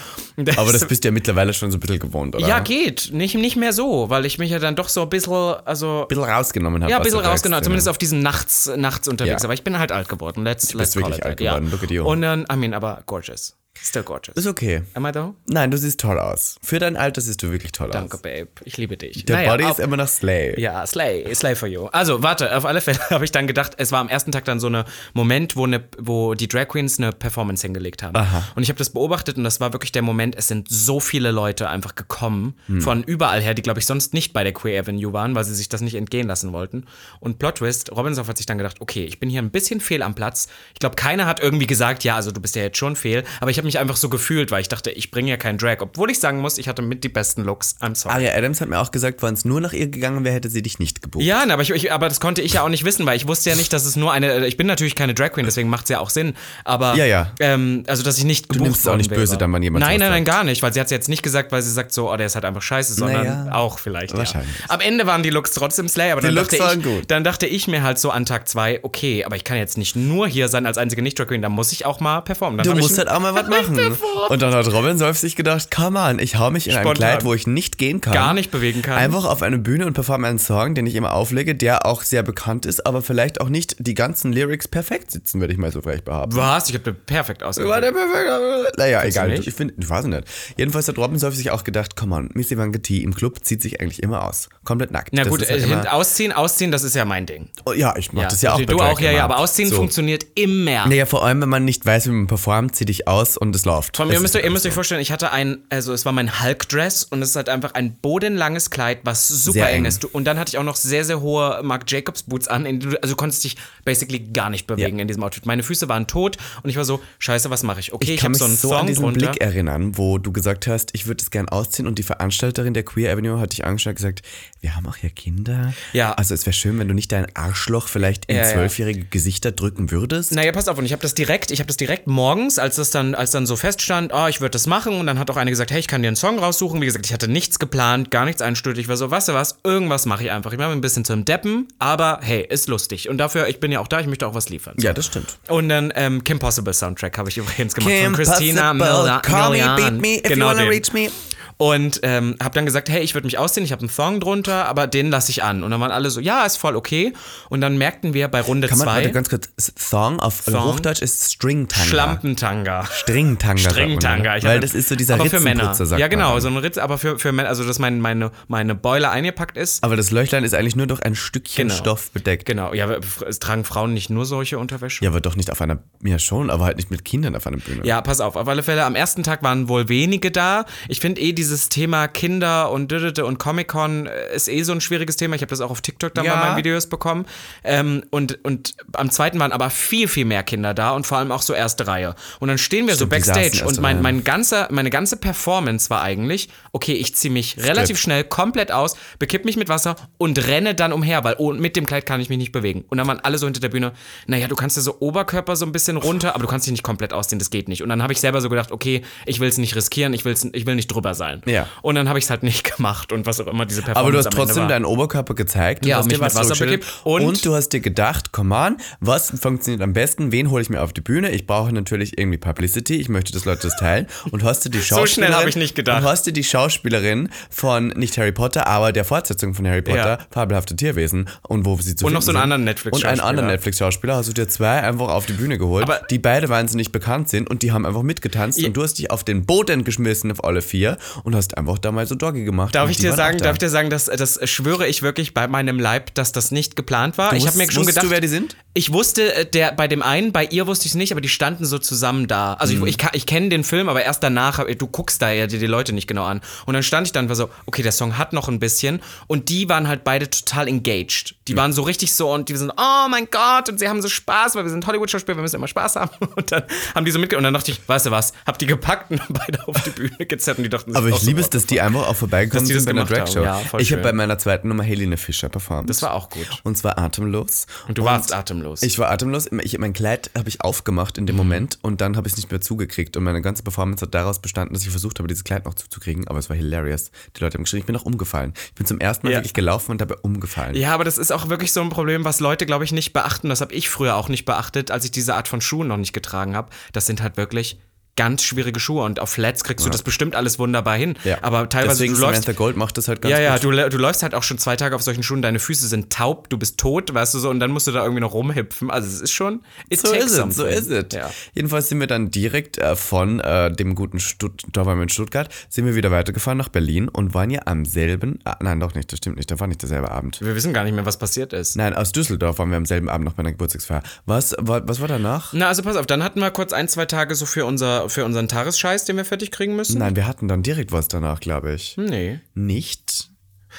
Speaker 2: Aber das bist du ja mittlerweile schon so ein bisschen gewohnt, oder?
Speaker 1: Ja, geht. Nicht, nicht mehr so, weil ich mich ja dann doch so ein bisschen, also.
Speaker 2: bisschen rausgenommen habe.
Speaker 1: Ja, ein
Speaker 2: aus der
Speaker 1: bisschen rausgenommen,
Speaker 2: Drag-Szene.
Speaker 1: zumindest auf diesen Nachts, nachts unterwegs.
Speaker 2: Ja.
Speaker 1: Aber ich bin halt alt geworden. Let's, let's
Speaker 2: bist
Speaker 1: call
Speaker 2: wirklich
Speaker 1: it
Speaker 2: alt
Speaker 1: that,
Speaker 2: geworden. Look at you.
Speaker 1: Und dann, I mean, aber gorgeous. Still gorgeous.
Speaker 2: Ist okay.
Speaker 1: Am I though?
Speaker 2: Nein, du siehst toll aus. Für dein Alter siehst du wirklich toll
Speaker 1: Danke,
Speaker 2: aus.
Speaker 1: Babe. Ich liebe dich.
Speaker 2: Der
Speaker 1: Naja,
Speaker 2: Body
Speaker 1: auf-
Speaker 2: ist immer noch Slay.
Speaker 1: Ja, Slay, Slay for you. Also, warte, auf alle Fälle habe ich dann gedacht, es war am ersten Tag dann so ein Moment, wo, ne, wo die Drag Queens eine Performance hingelegt haben. Und ich habe das beobachtet und das war wirklich der Moment, es sind so viele Leute einfach gekommen, von überall her, die, glaube ich, sonst nicht bei der Queer Avenue waren, weil sie sich das nicht entgehen lassen wollten. Und Plot Twist, Robinson hat sich dann gedacht, okay, ich bin hier ein bisschen fehl am Platz. Ich glaube, keiner hat irgendwie gesagt, ja, also du bist ja jetzt schon fehl, aber ich habe mich einfach so gefühlt, weil ich dachte, ich bringe ja keinen Drag, obwohl ich sagen muss, ich hatte mit die besten Looks. I'm sorry.
Speaker 2: Aria Adams hat mir auch gesagt, wenn es nur nach ihr gegangen wäre, hätte sie dich nicht gebucht.
Speaker 1: Ja, na, aber, ich, ich, aber das konnte ich ja auch nicht wissen, weil ich wusste ja nicht, dass es nur eine. äh, Ich bin natürlich keine Drag Queen, deswegen macht es ja auch Sinn. Aber
Speaker 2: Ja, ja.
Speaker 1: Ähm, also dass ich nicht gebucht
Speaker 2: nimmst es auch
Speaker 1: worden
Speaker 2: nicht
Speaker 1: wäre.
Speaker 2: böse dann, wenn jemand
Speaker 1: Nein,
Speaker 2: sowas
Speaker 1: nein, nein, gar nicht, weil sie hat es jetzt nicht gesagt, weil sie sagt so, oh, der ist halt einfach scheiße, sondern
Speaker 2: Naja.
Speaker 1: auch vielleicht.
Speaker 2: Wahrscheinlich.
Speaker 1: Ja. Am Ende waren die Looks trotzdem Slay, aber dann
Speaker 2: Looks
Speaker 1: dachte,
Speaker 2: waren
Speaker 1: ich,
Speaker 2: gut.
Speaker 1: dann dachte ich mir halt so an Tag zwei, okay, aber ich kann jetzt nicht nur hier sein als einzige Nicht-Drag Queen, da muss ich auch mal performen. Dann
Speaker 2: Du
Speaker 1: hab ich
Speaker 2: musst
Speaker 1: ein-
Speaker 2: halt auch mal was
Speaker 1: hab ich
Speaker 2: machen.
Speaker 1: performt.
Speaker 2: Und dann hat Robin Solf sich gedacht, come on, ich hau mich in ein
Speaker 1: Spontan.
Speaker 2: Kleid, wo ich nicht gehen kann.
Speaker 1: Gar nicht bewegen kann.
Speaker 2: Einfach auf eine Bühne und performe einen Song, den ich immer auflege, der auch sehr bekannt ist, aber vielleicht auch nicht die ganzen Lyrics perfekt sitzen, würde ich mal so frech behaupten.
Speaker 1: Was? Ich habe perfekt ausgesehen.
Speaker 2: War der perfekte- Naja, egal.
Speaker 1: nicht?
Speaker 2: Ich finde, ich weiß nicht. Jedenfalls hat Robin Solf sich auch gedacht, come on, Missy Van Gatti im Club zieht sich eigentlich immer aus. Komplett nackt.
Speaker 1: Na
Speaker 2: Das
Speaker 1: gut,
Speaker 2: ist halt
Speaker 1: äh,
Speaker 2: immer,
Speaker 1: ausziehen, ausziehen, das ist ja mein Ding.
Speaker 2: oh, ja, ich mach das ja auch. bei
Speaker 1: Du
Speaker 2: Drag
Speaker 1: auch, ja, ja,
Speaker 2: immer.
Speaker 1: aber ausziehen
Speaker 2: So.
Speaker 1: funktioniert immer.
Speaker 2: Naja, vor allem, wenn man nicht weiß, wie man performt, zieh dich aus und es läuft.
Speaker 1: Von mir
Speaker 2: Es
Speaker 1: müsst ihr,
Speaker 2: ist
Speaker 1: ihr müsst euch vorstellen, ich hatte ein, also es war mein Hulk-Dress und es ist halt einfach ein bodenlanges Kleid, was super
Speaker 2: Sehr
Speaker 1: eng.
Speaker 2: eng.
Speaker 1: ist. Du- Und dann hatte ich auch noch sehr, sehr hohe Marc Jacobs Boots an. In, die du- also du konntest dich basically gar nicht bewegen in diesem Outfit. Meine Füße waren tot und ich war so, scheiße, was mache ich? Okay, ich,
Speaker 2: Ich kann
Speaker 1: habe
Speaker 2: mich
Speaker 1: so
Speaker 2: so,
Speaker 1: einen
Speaker 2: an
Speaker 1: Song
Speaker 2: diesen
Speaker 1: drunter.
Speaker 2: Blick erinnern, wo du gesagt hast, ich würde es gern ausziehen und die Veranstalterin der Queer Avenue hat dich angeschaut und gesagt, wir haben auch hier Kinder.
Speaker 1: Ja.
Speaker 2: Also es wäre schön, wenn du nicht dein Arschloch vielleicht in
Speaker 1: Ja, ja.
Speaker 2: zwölfjährige Gesichter drücken würdest.
Speaker 1: Naja, pass auf, und ich habe das direkt, ich habe das direkt morgens, als das dann, als dann so feststand, ah, ich würde das machen, und dann hat auch eine gesagt, hey, ich kann dir einen Song raussuchen. Wie gesagt, ich hatte nichts geplant, gar nichts einstündig, ich war so, weißt du was, irgendwas mache ich einfach. Ich mache mich ein bisschen zum Deppen, aber hey, ist lustig. Und dafür, ich bin ja auch da, ich möchte auch was liefern.
Speaker 2: Ja, das stimmt.
Speaker 1: Und dann ähm, Kim Possible Soundtrack habe ich übrigens gemacht
Speaker 2: Kim
Speaker 1: von Christina
Speaker 2: Possible,
Speaker 1: Miller. Genau
Speaker 2: call me, beat me, if you wanna
Speaker 1: den.
Speaker 2: reach me.
Speaker 1: Und ähm, habe dann gesagt, hey, ich würde mich ausziehen, ich habe einen Thong drunter, aber den lasse ich an. Und dann waren alle so, ja, ist voll okay. Und dann merkten wir bei Runde
Speaker 2: Kann man warte,
Speaker 1: zwei,
Speaker 2: ganz kurz, Thong auf Hochdeutsch ist Stringtanga.
Speaker 1: Schlampentanga.
Speaker 2: Stringtanga. sagt man, ne?
Speaker 1: Stringtanga. Ich
Speaker 2: Weil
Speaker 1: hab-
Speaker 2: das ist so dieser
Speaker 1: aber für Männer.
Speaker 2: Ritzenputzer, sagt
Speaker 1: Ja, genau,
Speaker 2: man.
Speaker 1: so ein Ritz, aber für, für Männer, also dass mein, meine, meine Beule eingepackt ist.
Speaker 2: Aber das Löchlein ist eigentlich nur durch ein Stückchen
Speaker 1: Genau.
Speaker 2: Stoff bedeckt.
Speaker 1: Genau, ja, es tragen Frauen nicht nur solche Unterwäsche.
Speaker 2: Ja, aber doch nicht auf einer, ja schon, aber halt nicht mit Kindern auf einer Bühne.
Speaker 1: Ja, pass auf. Auf alle Fälle, am ersten Tag waren wohl wenige da. Ich finde eh dieses Thema Kinder und Düdüdü und Comic-Con äh, ist eh so ein schwieriges Thema. Ich habe das auch auf TikTok dann
Speaker 2: Ja.
Speaker 1: bei meinen Videos bekommen. Ähm, und, und am zweiten waren aber viel, viel mehr Kinder da und vor allem auch so erste Reihe. Und dann stehen wir
Speaker 2: Stimmt, die
Speaker 1: so
Speaker 2: saßen
Speaker 1: Backstage
Speaker 2: erste
Speaker 1: und mein,
Speaker 2: Reihe.
Speaker 1: mein ganzer, meine ganze Performance war eigentlich, okay, ich ziehe mich relativ schnell komplett aus, bekipp mich mit Wasser und renne dann umher, weil oh, mit dem Kleid kann ich mich nicht bewegen. Und dann waren alle so hinter der Bühne, naja, du kannst ja so Oberkörper so ein bisschen runter, aber du kannst dich nicht komplett ausziehen, das geht nicht. Und dann habe ich selber so gedacht, okay, ich will es nicht riskieren, ich, will's, ich will nicht drüber sein.
Speaker 2: Ja.
Speaker 1: Und dann habe ich es halt nicht gemacht und was auch immer diese Performance
Speaker 2: Aber du hast
Speaker 1: am Ende
Speaker 2: trotzdem
Speaker 1: war.
Speaker 2: deinen Oberkörper gezeigt.
Speaker 1: Ja,
Speaker 2: und hast
Speaker 1: mich
Speaker 2: dir
Speaker 1: mit
Speaker 2: was
Speaker 1: Wasser
Speaker 2: zugeschüttet.
Speaker 1: bekippt
Speaker 2: Und,
Speaker 1: und-
Speaker 2: du hast dir gedacht, come on, was funktioniert am besten? Wen hole ich mir auf die Bühne? Ich brauche natürlich irgendwie Publicity. Ich möchte, dass Leute das teilen. Und hast du die Schauspielerin.
Speaker 1: hab ich nicht gedacht.
Speaker 2: Und hast du die Schauspielerin von, nicht Harry Potter, aber der Fortsetzung von Harry Potter,
Speaker 1: Ja.
Speaker 2: fabelhafte Tierwesen. Und wo sie zu
Speaker 1: Und noch so einen
Speaker 2: finden sind.
Speaker 1: anderen Netflix-Schauspieler.
Speaker 2: Und einen anderen Netflix-Schauspieler hast du dir zwei einfach auf die Bühne geholt,
Speaker 1: Aber-
Speaker 2: die beide wahnsinnig bekannt sind und die haben einfach mitgetanzt. Und du hast dich auf den Boden geschmissen auf alle vier und hast einfach da mal so Doggy gemacht.
Speaker 1: Darf
Speaker 2: Und
Speaker 1: ich
Speaker 2: die
Speaker 1: dir
Speaker 2: waren auch
Speaker 1: sagen,
Speaker 2: da.
Speaker 1: darf ich dir sagen, das, das schwöre ich wirklich bei meinem Leib, dass das nicht geplant war. ich habe mir
Speaker 2: wusst-
Speaker 1: schon
Speaker 2: wusstest
Speaker 1: gedacht,
Speaker 2: du, wer die sind?
Speaker 1: Ich wusste, äh, der bei dem einen, bei ihr wusste ich es nicht, aber die standen so zusammen da. Also
Speaker 2: Mhm.
Speaker 1: ich, ich, ka- ich kenne den Film, aber erst danach, hab- du guckst da ja dir die Leute nicht genau an. Und dann stand ich dann und war so, okay, der Song hat noch ein bisschen. Und die waren halt beide total engaged. Die waren so richtig so und die sind, oh mein Gott, und sie haben so Spaß, weil wir sind Hollywood-Schauspieler, wir müssen immer Spaß haben. Und dann haben die so mitgenommen. Und dann dachte ich, weißt du was, hab die gepackt und beide auf die Bühne gezerrt und die dachten, sich
Speaker 2: Aber
Speaker 1: auch
Speaker 2: ich
Speaker 1: so,
Speaker 2: liebe es,
Speaker 1: what
Speaker 2: dass die einfach auch vorbeigekommen
Speaker 1: Dass die das
Speaker 2: sind bei einer
Speaker 1: gemacht
Speaker 2: Dragshow.
Speaker 1: haben, ja, voll
Speaker 2: ich habe
Speaker 1: schön.
Speaker 2: bei meiner zweiten Nummer Helene Fischer performt.
Speaker 1: Das war auch gut.
Speaker 2: Und zwar atemlos. Und
Speaker 1: du warst atemlos. Mhm.
Speaker 2: Ich war atemlos. Ich, mein Kleid habe ich aufgemacht in dem Moment und dann habe ich es nicht mehr zugekriegt. Und meine ganze Performance hat daraus bestanden, dass ich versucht habe, dieses Kleid noch zuzukriegen. Aber es war hilarious. Die Leute haben geschrien, ich bin auch umgefallen. Ich bin zum ersten Mal
Speaker 1: Ja.
Speaker 2: wirklich gelaufen und dabei umgefallen.
Speaker 1: Ja, aber das ist auch wirklich so ein Problem, was Leute, glaube ich, nicht beachten. Das habe ich früher auch nicht beachtet, als ich diese Art von Schuhen noch nicht getragen habe. Das sind halt wirklich ganz schwierige Schuhe und auf Flats kriegst du das bestimmt alles wunderbar hin.
Speaker 2: Ja.
Speaker 1: Aber teilweise
Speaker 2: Deswegen
Speaker 1: du läufst,
Speaker 2: Samantha Gold macht das halt ganz
Speaker 1: ja, ja,
Speaker 2: gut.
Speaker 1: du, lä- du läufst halt auch schon zwei Tage auf solchen Schuhen, deine Füße sind taub, du bist tot, weißt du so, und dann musst du da irgendwie noch rumhüpfen. Also es ist schon, it
Speaker 2: So
Speaker 1: takes
Speaker 2: ist es, so
Speaker 1: something.
Speaker 2: ist es.
Speaker 1: Ja.
Speaker 2: Jedenfalls sind wir dann direkt äh, von äh, dem guten Stutt Government Stuttgart, sind wir wieder weitergefahren nach Berlin und waren ja am selben, ah, nein doch nicht, das stimmt nicht, da war nicht derselbe Abend.
Speaker 1: Wir wissen gar nicht mehr, was passiert ist.
Speaker 2: Nein, aus Düsseldorf waren wir am selben Abend noch bei einer Geburtstagsfeier. Was, wa- was war danach?
Speaker 1: Na, also pass auf, dann hatten wir kurz ein, zwei Tage so für, unser, für unseren Tagesscheiß, den wir fertig kriegen müssen.
Speaker 2: Nein, wir hatten dann direkt was danach, glaube ich.
Speaker 1: Nee.
Speaker 2: Nicht?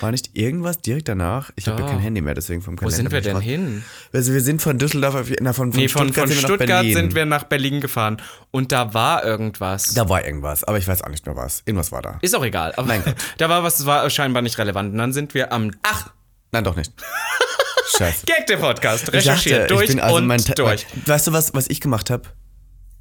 Speaker 2: War nicht irgendwas direkt danach? Ich habe ja kein Handy mehr, deswegen vom Kalender.
Speaker 1: sind wir
Speaker 2: bin ich
Speaker 1: denn
Speaker 2: raus.
Speaker 1: hin?
Speaker 2: Also wir sind von Düsseldorf, auf, na, von, von
Speaker 1: Nee, von Stuttgart, von
Speaker 2: Stuttgart, sind, wir nach
Speaker 1: Stuttgart
Speaker 2: Berlin.
Speaker 1: sind wir nach Berlin gefahren und da war irgendwas.
Speaker 2: Da war irgendwas, aber ich weiß auch nicht mehr was. Irgendwas war da.
Speaker 1: ist auch egal, aber da war was, war scheinbar nicht relevant. Und dann sind wir am Ach,
Speaker 2: Nein, doch nicht. Scheiße.
Speaker 1: Gag der Podcast,
Speaker 2: Ich dachte,
Speaker 1: recherchiert durch
Speaker 2: ich bin also
Speaker 1: und
Speaker 2: mein Ta-
Speaker 1: durch.
Speaker 2: Mein, weißt du, was, was ich gemacht habe?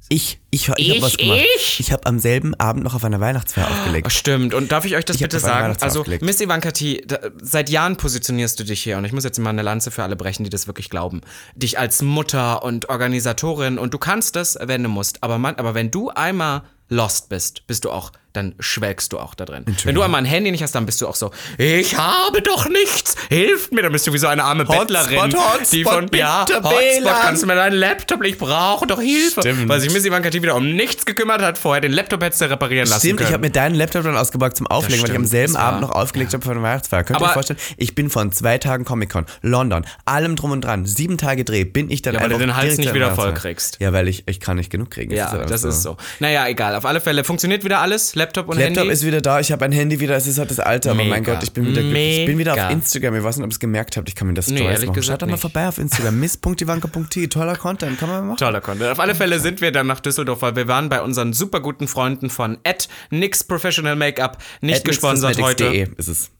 Speaker 2: Ich, ich, ich,
Speaker 1: Ich,
Speaker 2: habe was gemacht.
Speaker 1: ich? Oh,
Speaker 2: Ich habe am selben Abend noch auf einer Weihnachtsfeier
Speaker 1: Ach,
Speaker 2: aufgelegt.
Speaker 1: Stimmt, und darf ich euch das
Speaker 2: hab
Speaker 1: bitte
Speaker 2: das an
Speaker 1: sagen?
Speaker 2: Weihnachten
Speaker 1: Also,
Speaker 2: aufgelegt.
Speaker 1: Miss Ivanka T, da, seit Jahren positionierst du dich hier und ich muss jetzt mal eine Lanze für alle brechen, die das wirklich glauben. Dich als Mutter und Organisatorin und du kannst das, wenn du musst, aber, man, aber wenn du einmal lost bist, bist du auch, dann schwelgst du auch da drin. Wenn du einmal ein Handy nicht hast, dann bist du auch so, ich habe doch nichts, hilft mir, dann bist du wie so eine arme
Speaker 2: Hotspot,
Speaker 1: Bettlerin, die
Speaker 2: Hotspot,
Speaker 1: von, ja,
Speaker 2: bitte
Speaker 1: Hotspot,
Speaker 2: WLAN.
Speaker 1: kannst du mir deinen Laptop, ich brauche doch Hilfe.
Speaker 2: Stimmt.
Speaker 1: Weil sich Miss Ivanka T wieder um nichts gekümmert hat, vorher den Laptop hättest du reparieren lassen
Speaker 2: Stimmt,
Speaker 1: können.
Speaker 2: ich habe mir deinen Laptop dann ausgepackt zum Auflegen, weil ich am
Speaker 1: stimmt,
Speaker 2: selben
Speaker 1: das war-
Speaker 2: Abend noch aufgelegt habe für eine Weihnachtsfeier. Könnt ihr
Speaker 1: Aber-
Speaker 2: euch vorstellen, ich bin von zwei Tagen Comic-Con, London, allem drum und dran, sieben Tage Dreh, bin ich dann
Speaker 1: Ja, weil
Speaker 2: einfach
Speaker 1: du den Hals
Speaker 2: direkt
Speaker 1: nicht
Speaker 2: zur
Speaker 1: wieder
Speaker 2: Weihnachtsfeier.
Speaker 1: voll kriegst.
Speaker 2: Ja, weil ich, ich kann nicht genug kriegen.
Speaker 1: Ja,
Speaker 2: halt
Speaker 1: das ist so. Naja, egal. Auf alle Fälle funktioniert wieder alles. Laptop und
Speaker 2: Laptop
Speaker 1: Handy.
Speaker 2: ist wieder da, ich habe ein Handy wieder, es ist halt das Alter, aber mein
Speaker 1: Mega.
Speaker 2: Gott, ich bin wieder glücklich. Ich bin wieder auf
Speaker 1: Mega.
Speaker 2: Instagram, ich weiß nicht, ob ihr es gemerkt habt, ich kann mir das Stories
Speaker 1: ehrlich
Speaker 2: machen.
Speaker 1: gesagt
Speaker 2: Schaut doch mal
Speaker 1: nicht.
Speaker 2: vorbei auf Instagram, miss.ivanka.t, toller Content, kann man machen.
Speaker 1: Toller Content. Auf alle Fälle sind wir dann nach Düsseldorf, weil wir waren bei unseren super guten Freunden von at Nix Professional Make-up nicht
Speaker 2: At
Speaker 1: gesponsert heute.
Speaker 2: nixcosmetics.de ist es.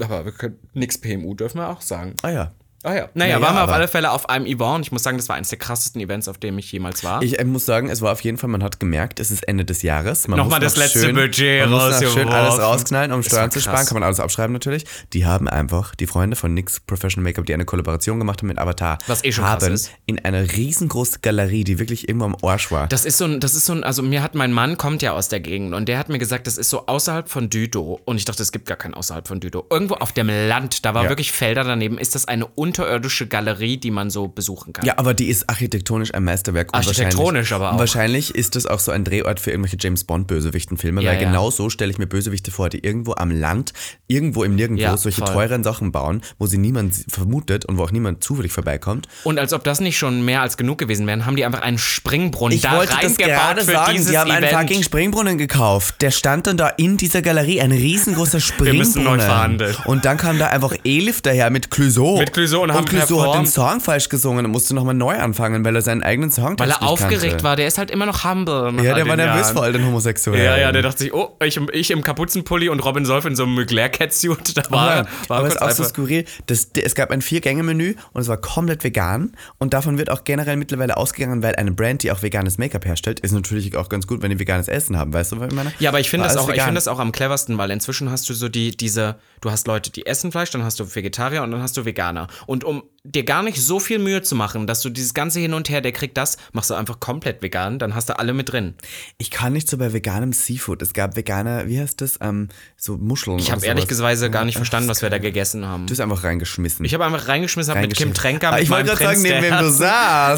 Speaker 1: E. Aber wir können Nix PMU dürfen wir auch sagen.
Speaker 2: Ah ja.
Speaker 1: Ah ja. Naja,
Speaker 2: Naja,
Speaker 1: waren wir auf
Speaker 2: aber-
Speaker 1: alle Fälle auf einem Yvonne. Ich muss sagen, das war eines der krassesten Events, auf dem ich jemals war.
Speaker 2: Ich äh, muss sagen, es war auf jeden Fall, man hat gemerkt, es ist Ende des Jahres. Man
Speaker 1: Nochmal
Speaker 2: muss
Speaker 1: das letzte
Speaker 2: schön,
Speaker 1: Budget
Speaker 2: man muss noch schön
Speaker 1: rausgeworfen.
Speaker 2: alles rausknallen, um Steuern
Speaker 1: war
Speaker 2: zu
Speaker 1: krass.
Speaker 2: sparen. Kann man alles abschreiben natürlich. Die haben einfach, die Freunde von Nix Professional Make-up, die eine Kollaboration gemacht haben mit Avatar,
Speaker 1: Was eh schon krass
Speaker 2: haben
Speaker 1: ist.
Speaker 2: in einer riesengroßen Galerie, die wirklich irgendwo am Arsch war.
Speaker 1: Das ist so ein, das ist so ein, also mir hat mein Mann kommt ja aus der Gegend und der hat mir gesagt, das ist so außerhalb von Düdow. Und ich dachte, es gibt gar keinen außerhalb von Düdow. Irgendwo auf dem Land, da war
Speaker 2: Ja.
Speaker 1: wirklich Felder daneben, ist das eine unterirdische Galerie, die man so besuchen kann.
Speaker 2: Ja, aber die ist architektonisch ein Meisterwerk. und
Speaker 1: Architektonisch
Speaker 2: wahrscheinlich-
Speaker 1: aber auch.
Speaker 2: und Wahrscheinlich ist das auch so ein Drehort für irgendwelche James Bond-Bösewichten-Filme,
Speaker 1: Ja,
Speaker 2: weil
Speaker 1: ja.
Speaker 2: genau so stelle ich mir Bösewichte vor, die irgendwo am Land, irgendwo im Nirgendwo
Speaker 1: Ja,
Speaker 2: solche
Speaker 1: voll.
Speaker 2: teuren Sachen bauen, wo sie niemand vermutet und wo auch niemand zufällig vorbeikommt.
Speaker 1: Und als ob das nicht schon mehr als genug gewesen wäre, haben die einfach einen Springbrunnen
Speaker 2: Ich
Speaker 1: da
Speaker 2: wollte das
Speaker 1: reingebaut
Speaker 2: gerade
Speaker 1: für
Speaker 2: sagen,
Speaker 1: dieses
Speaker 2: sie haben einen
Speaker 1: Event.
Speaker 2: fucking Springbrunnen gekauft. Der stand dann da in dieser Galerie, ein riesengroßer Springbrunnen.
Speaker 1: müssen neu verhandeln.
Speaker 2: Und dann kam da einfach Elif daher mit Clouseau.
Speaker 1: Mit Clouseau und haben
Speaker 2: Clouseau hat den
Speaker 1: performt.
Speaker 2: Song falsch gesungen und musste nochmal neu anfangen, weil er seinen eigenen Song
Speaker 1: weil er aufgeregt
Speaker 2: kannte.
Speaker 1: war, der ist halt immer noch humble. nach
Speaker 2: Ja,
Speaker 1: all
Speaker 2: der war
Speaker 1: den
Speaker 2: nervös
Speaker 1: Jahren.
Speaker 2: vor all den Homosexuellen.
Speaker 1: Ja, ja, der dachte sich, oh, ich, im- ich im Kapuzenpulli und Robin Solf in so einem Mugler-Catsuit. Da war,
Speaker 2: aber,
Speaker 1: war
Speaker 2: aber
Speaker 1: kurz
Speaker 2: es ist auch so
Speaker 1: einfach-
Speaker 2: skurril, dass, es gab ein Vier-Gänge-Menü und es war komplett vegan und davon wird auch generell mittlerweile ausgegangen, weil eine Brand, die auch veganes Make-up herstellt, ist natürlich auch ganz gut, wenn die veganes Essen haben, weißt du, was ich meine?
Speaker 1: Ja, aber ich finde
Speaker 2: War
Speaker 1: das,
Speaker 2: alles
Speaker 1: auch- ich
Speaker 2: vegan.
Speaker 1: finde das auch am cleversten, weil inzwischen hast du so die, diese, du hast Leute, die essen Fleisch, dann hast du Vegetarier und dann hast du Veganer. Und um dir gar nicht so viel Mühe zu machen, dass du dieses ganze Hin und Her, der kriegt das, machst du einfach komplett vegan, dann hast du alle mit drin.
Speaker 2: Ich kann nicht so bei veganem Seafood. Es gab vegane, wie heißt das, ähm, so Muscheln.
Speaker 1: Ich habe ehrlich gesagt gar nicht verstanden, was wir da gegessen haben.
Speaker 2: Du hast einfach reingeschmissen.
Speaker 1: Ich habe einfach reingeschmissen, habe mit Kim
Speaker 2: Reingeschmissen.
Speaker 1: Tränker,
Speaker 2: Ah,
Speaker 1: mit
Speaker 2: Ich wollte
Speaker 1: meinem
Speaker 2: gerade sagen,
Speaker 1: Prinz
Speaker 2: neben
Speaker 1: der
Speaker 2: wem du
Speaker 1: Herzen.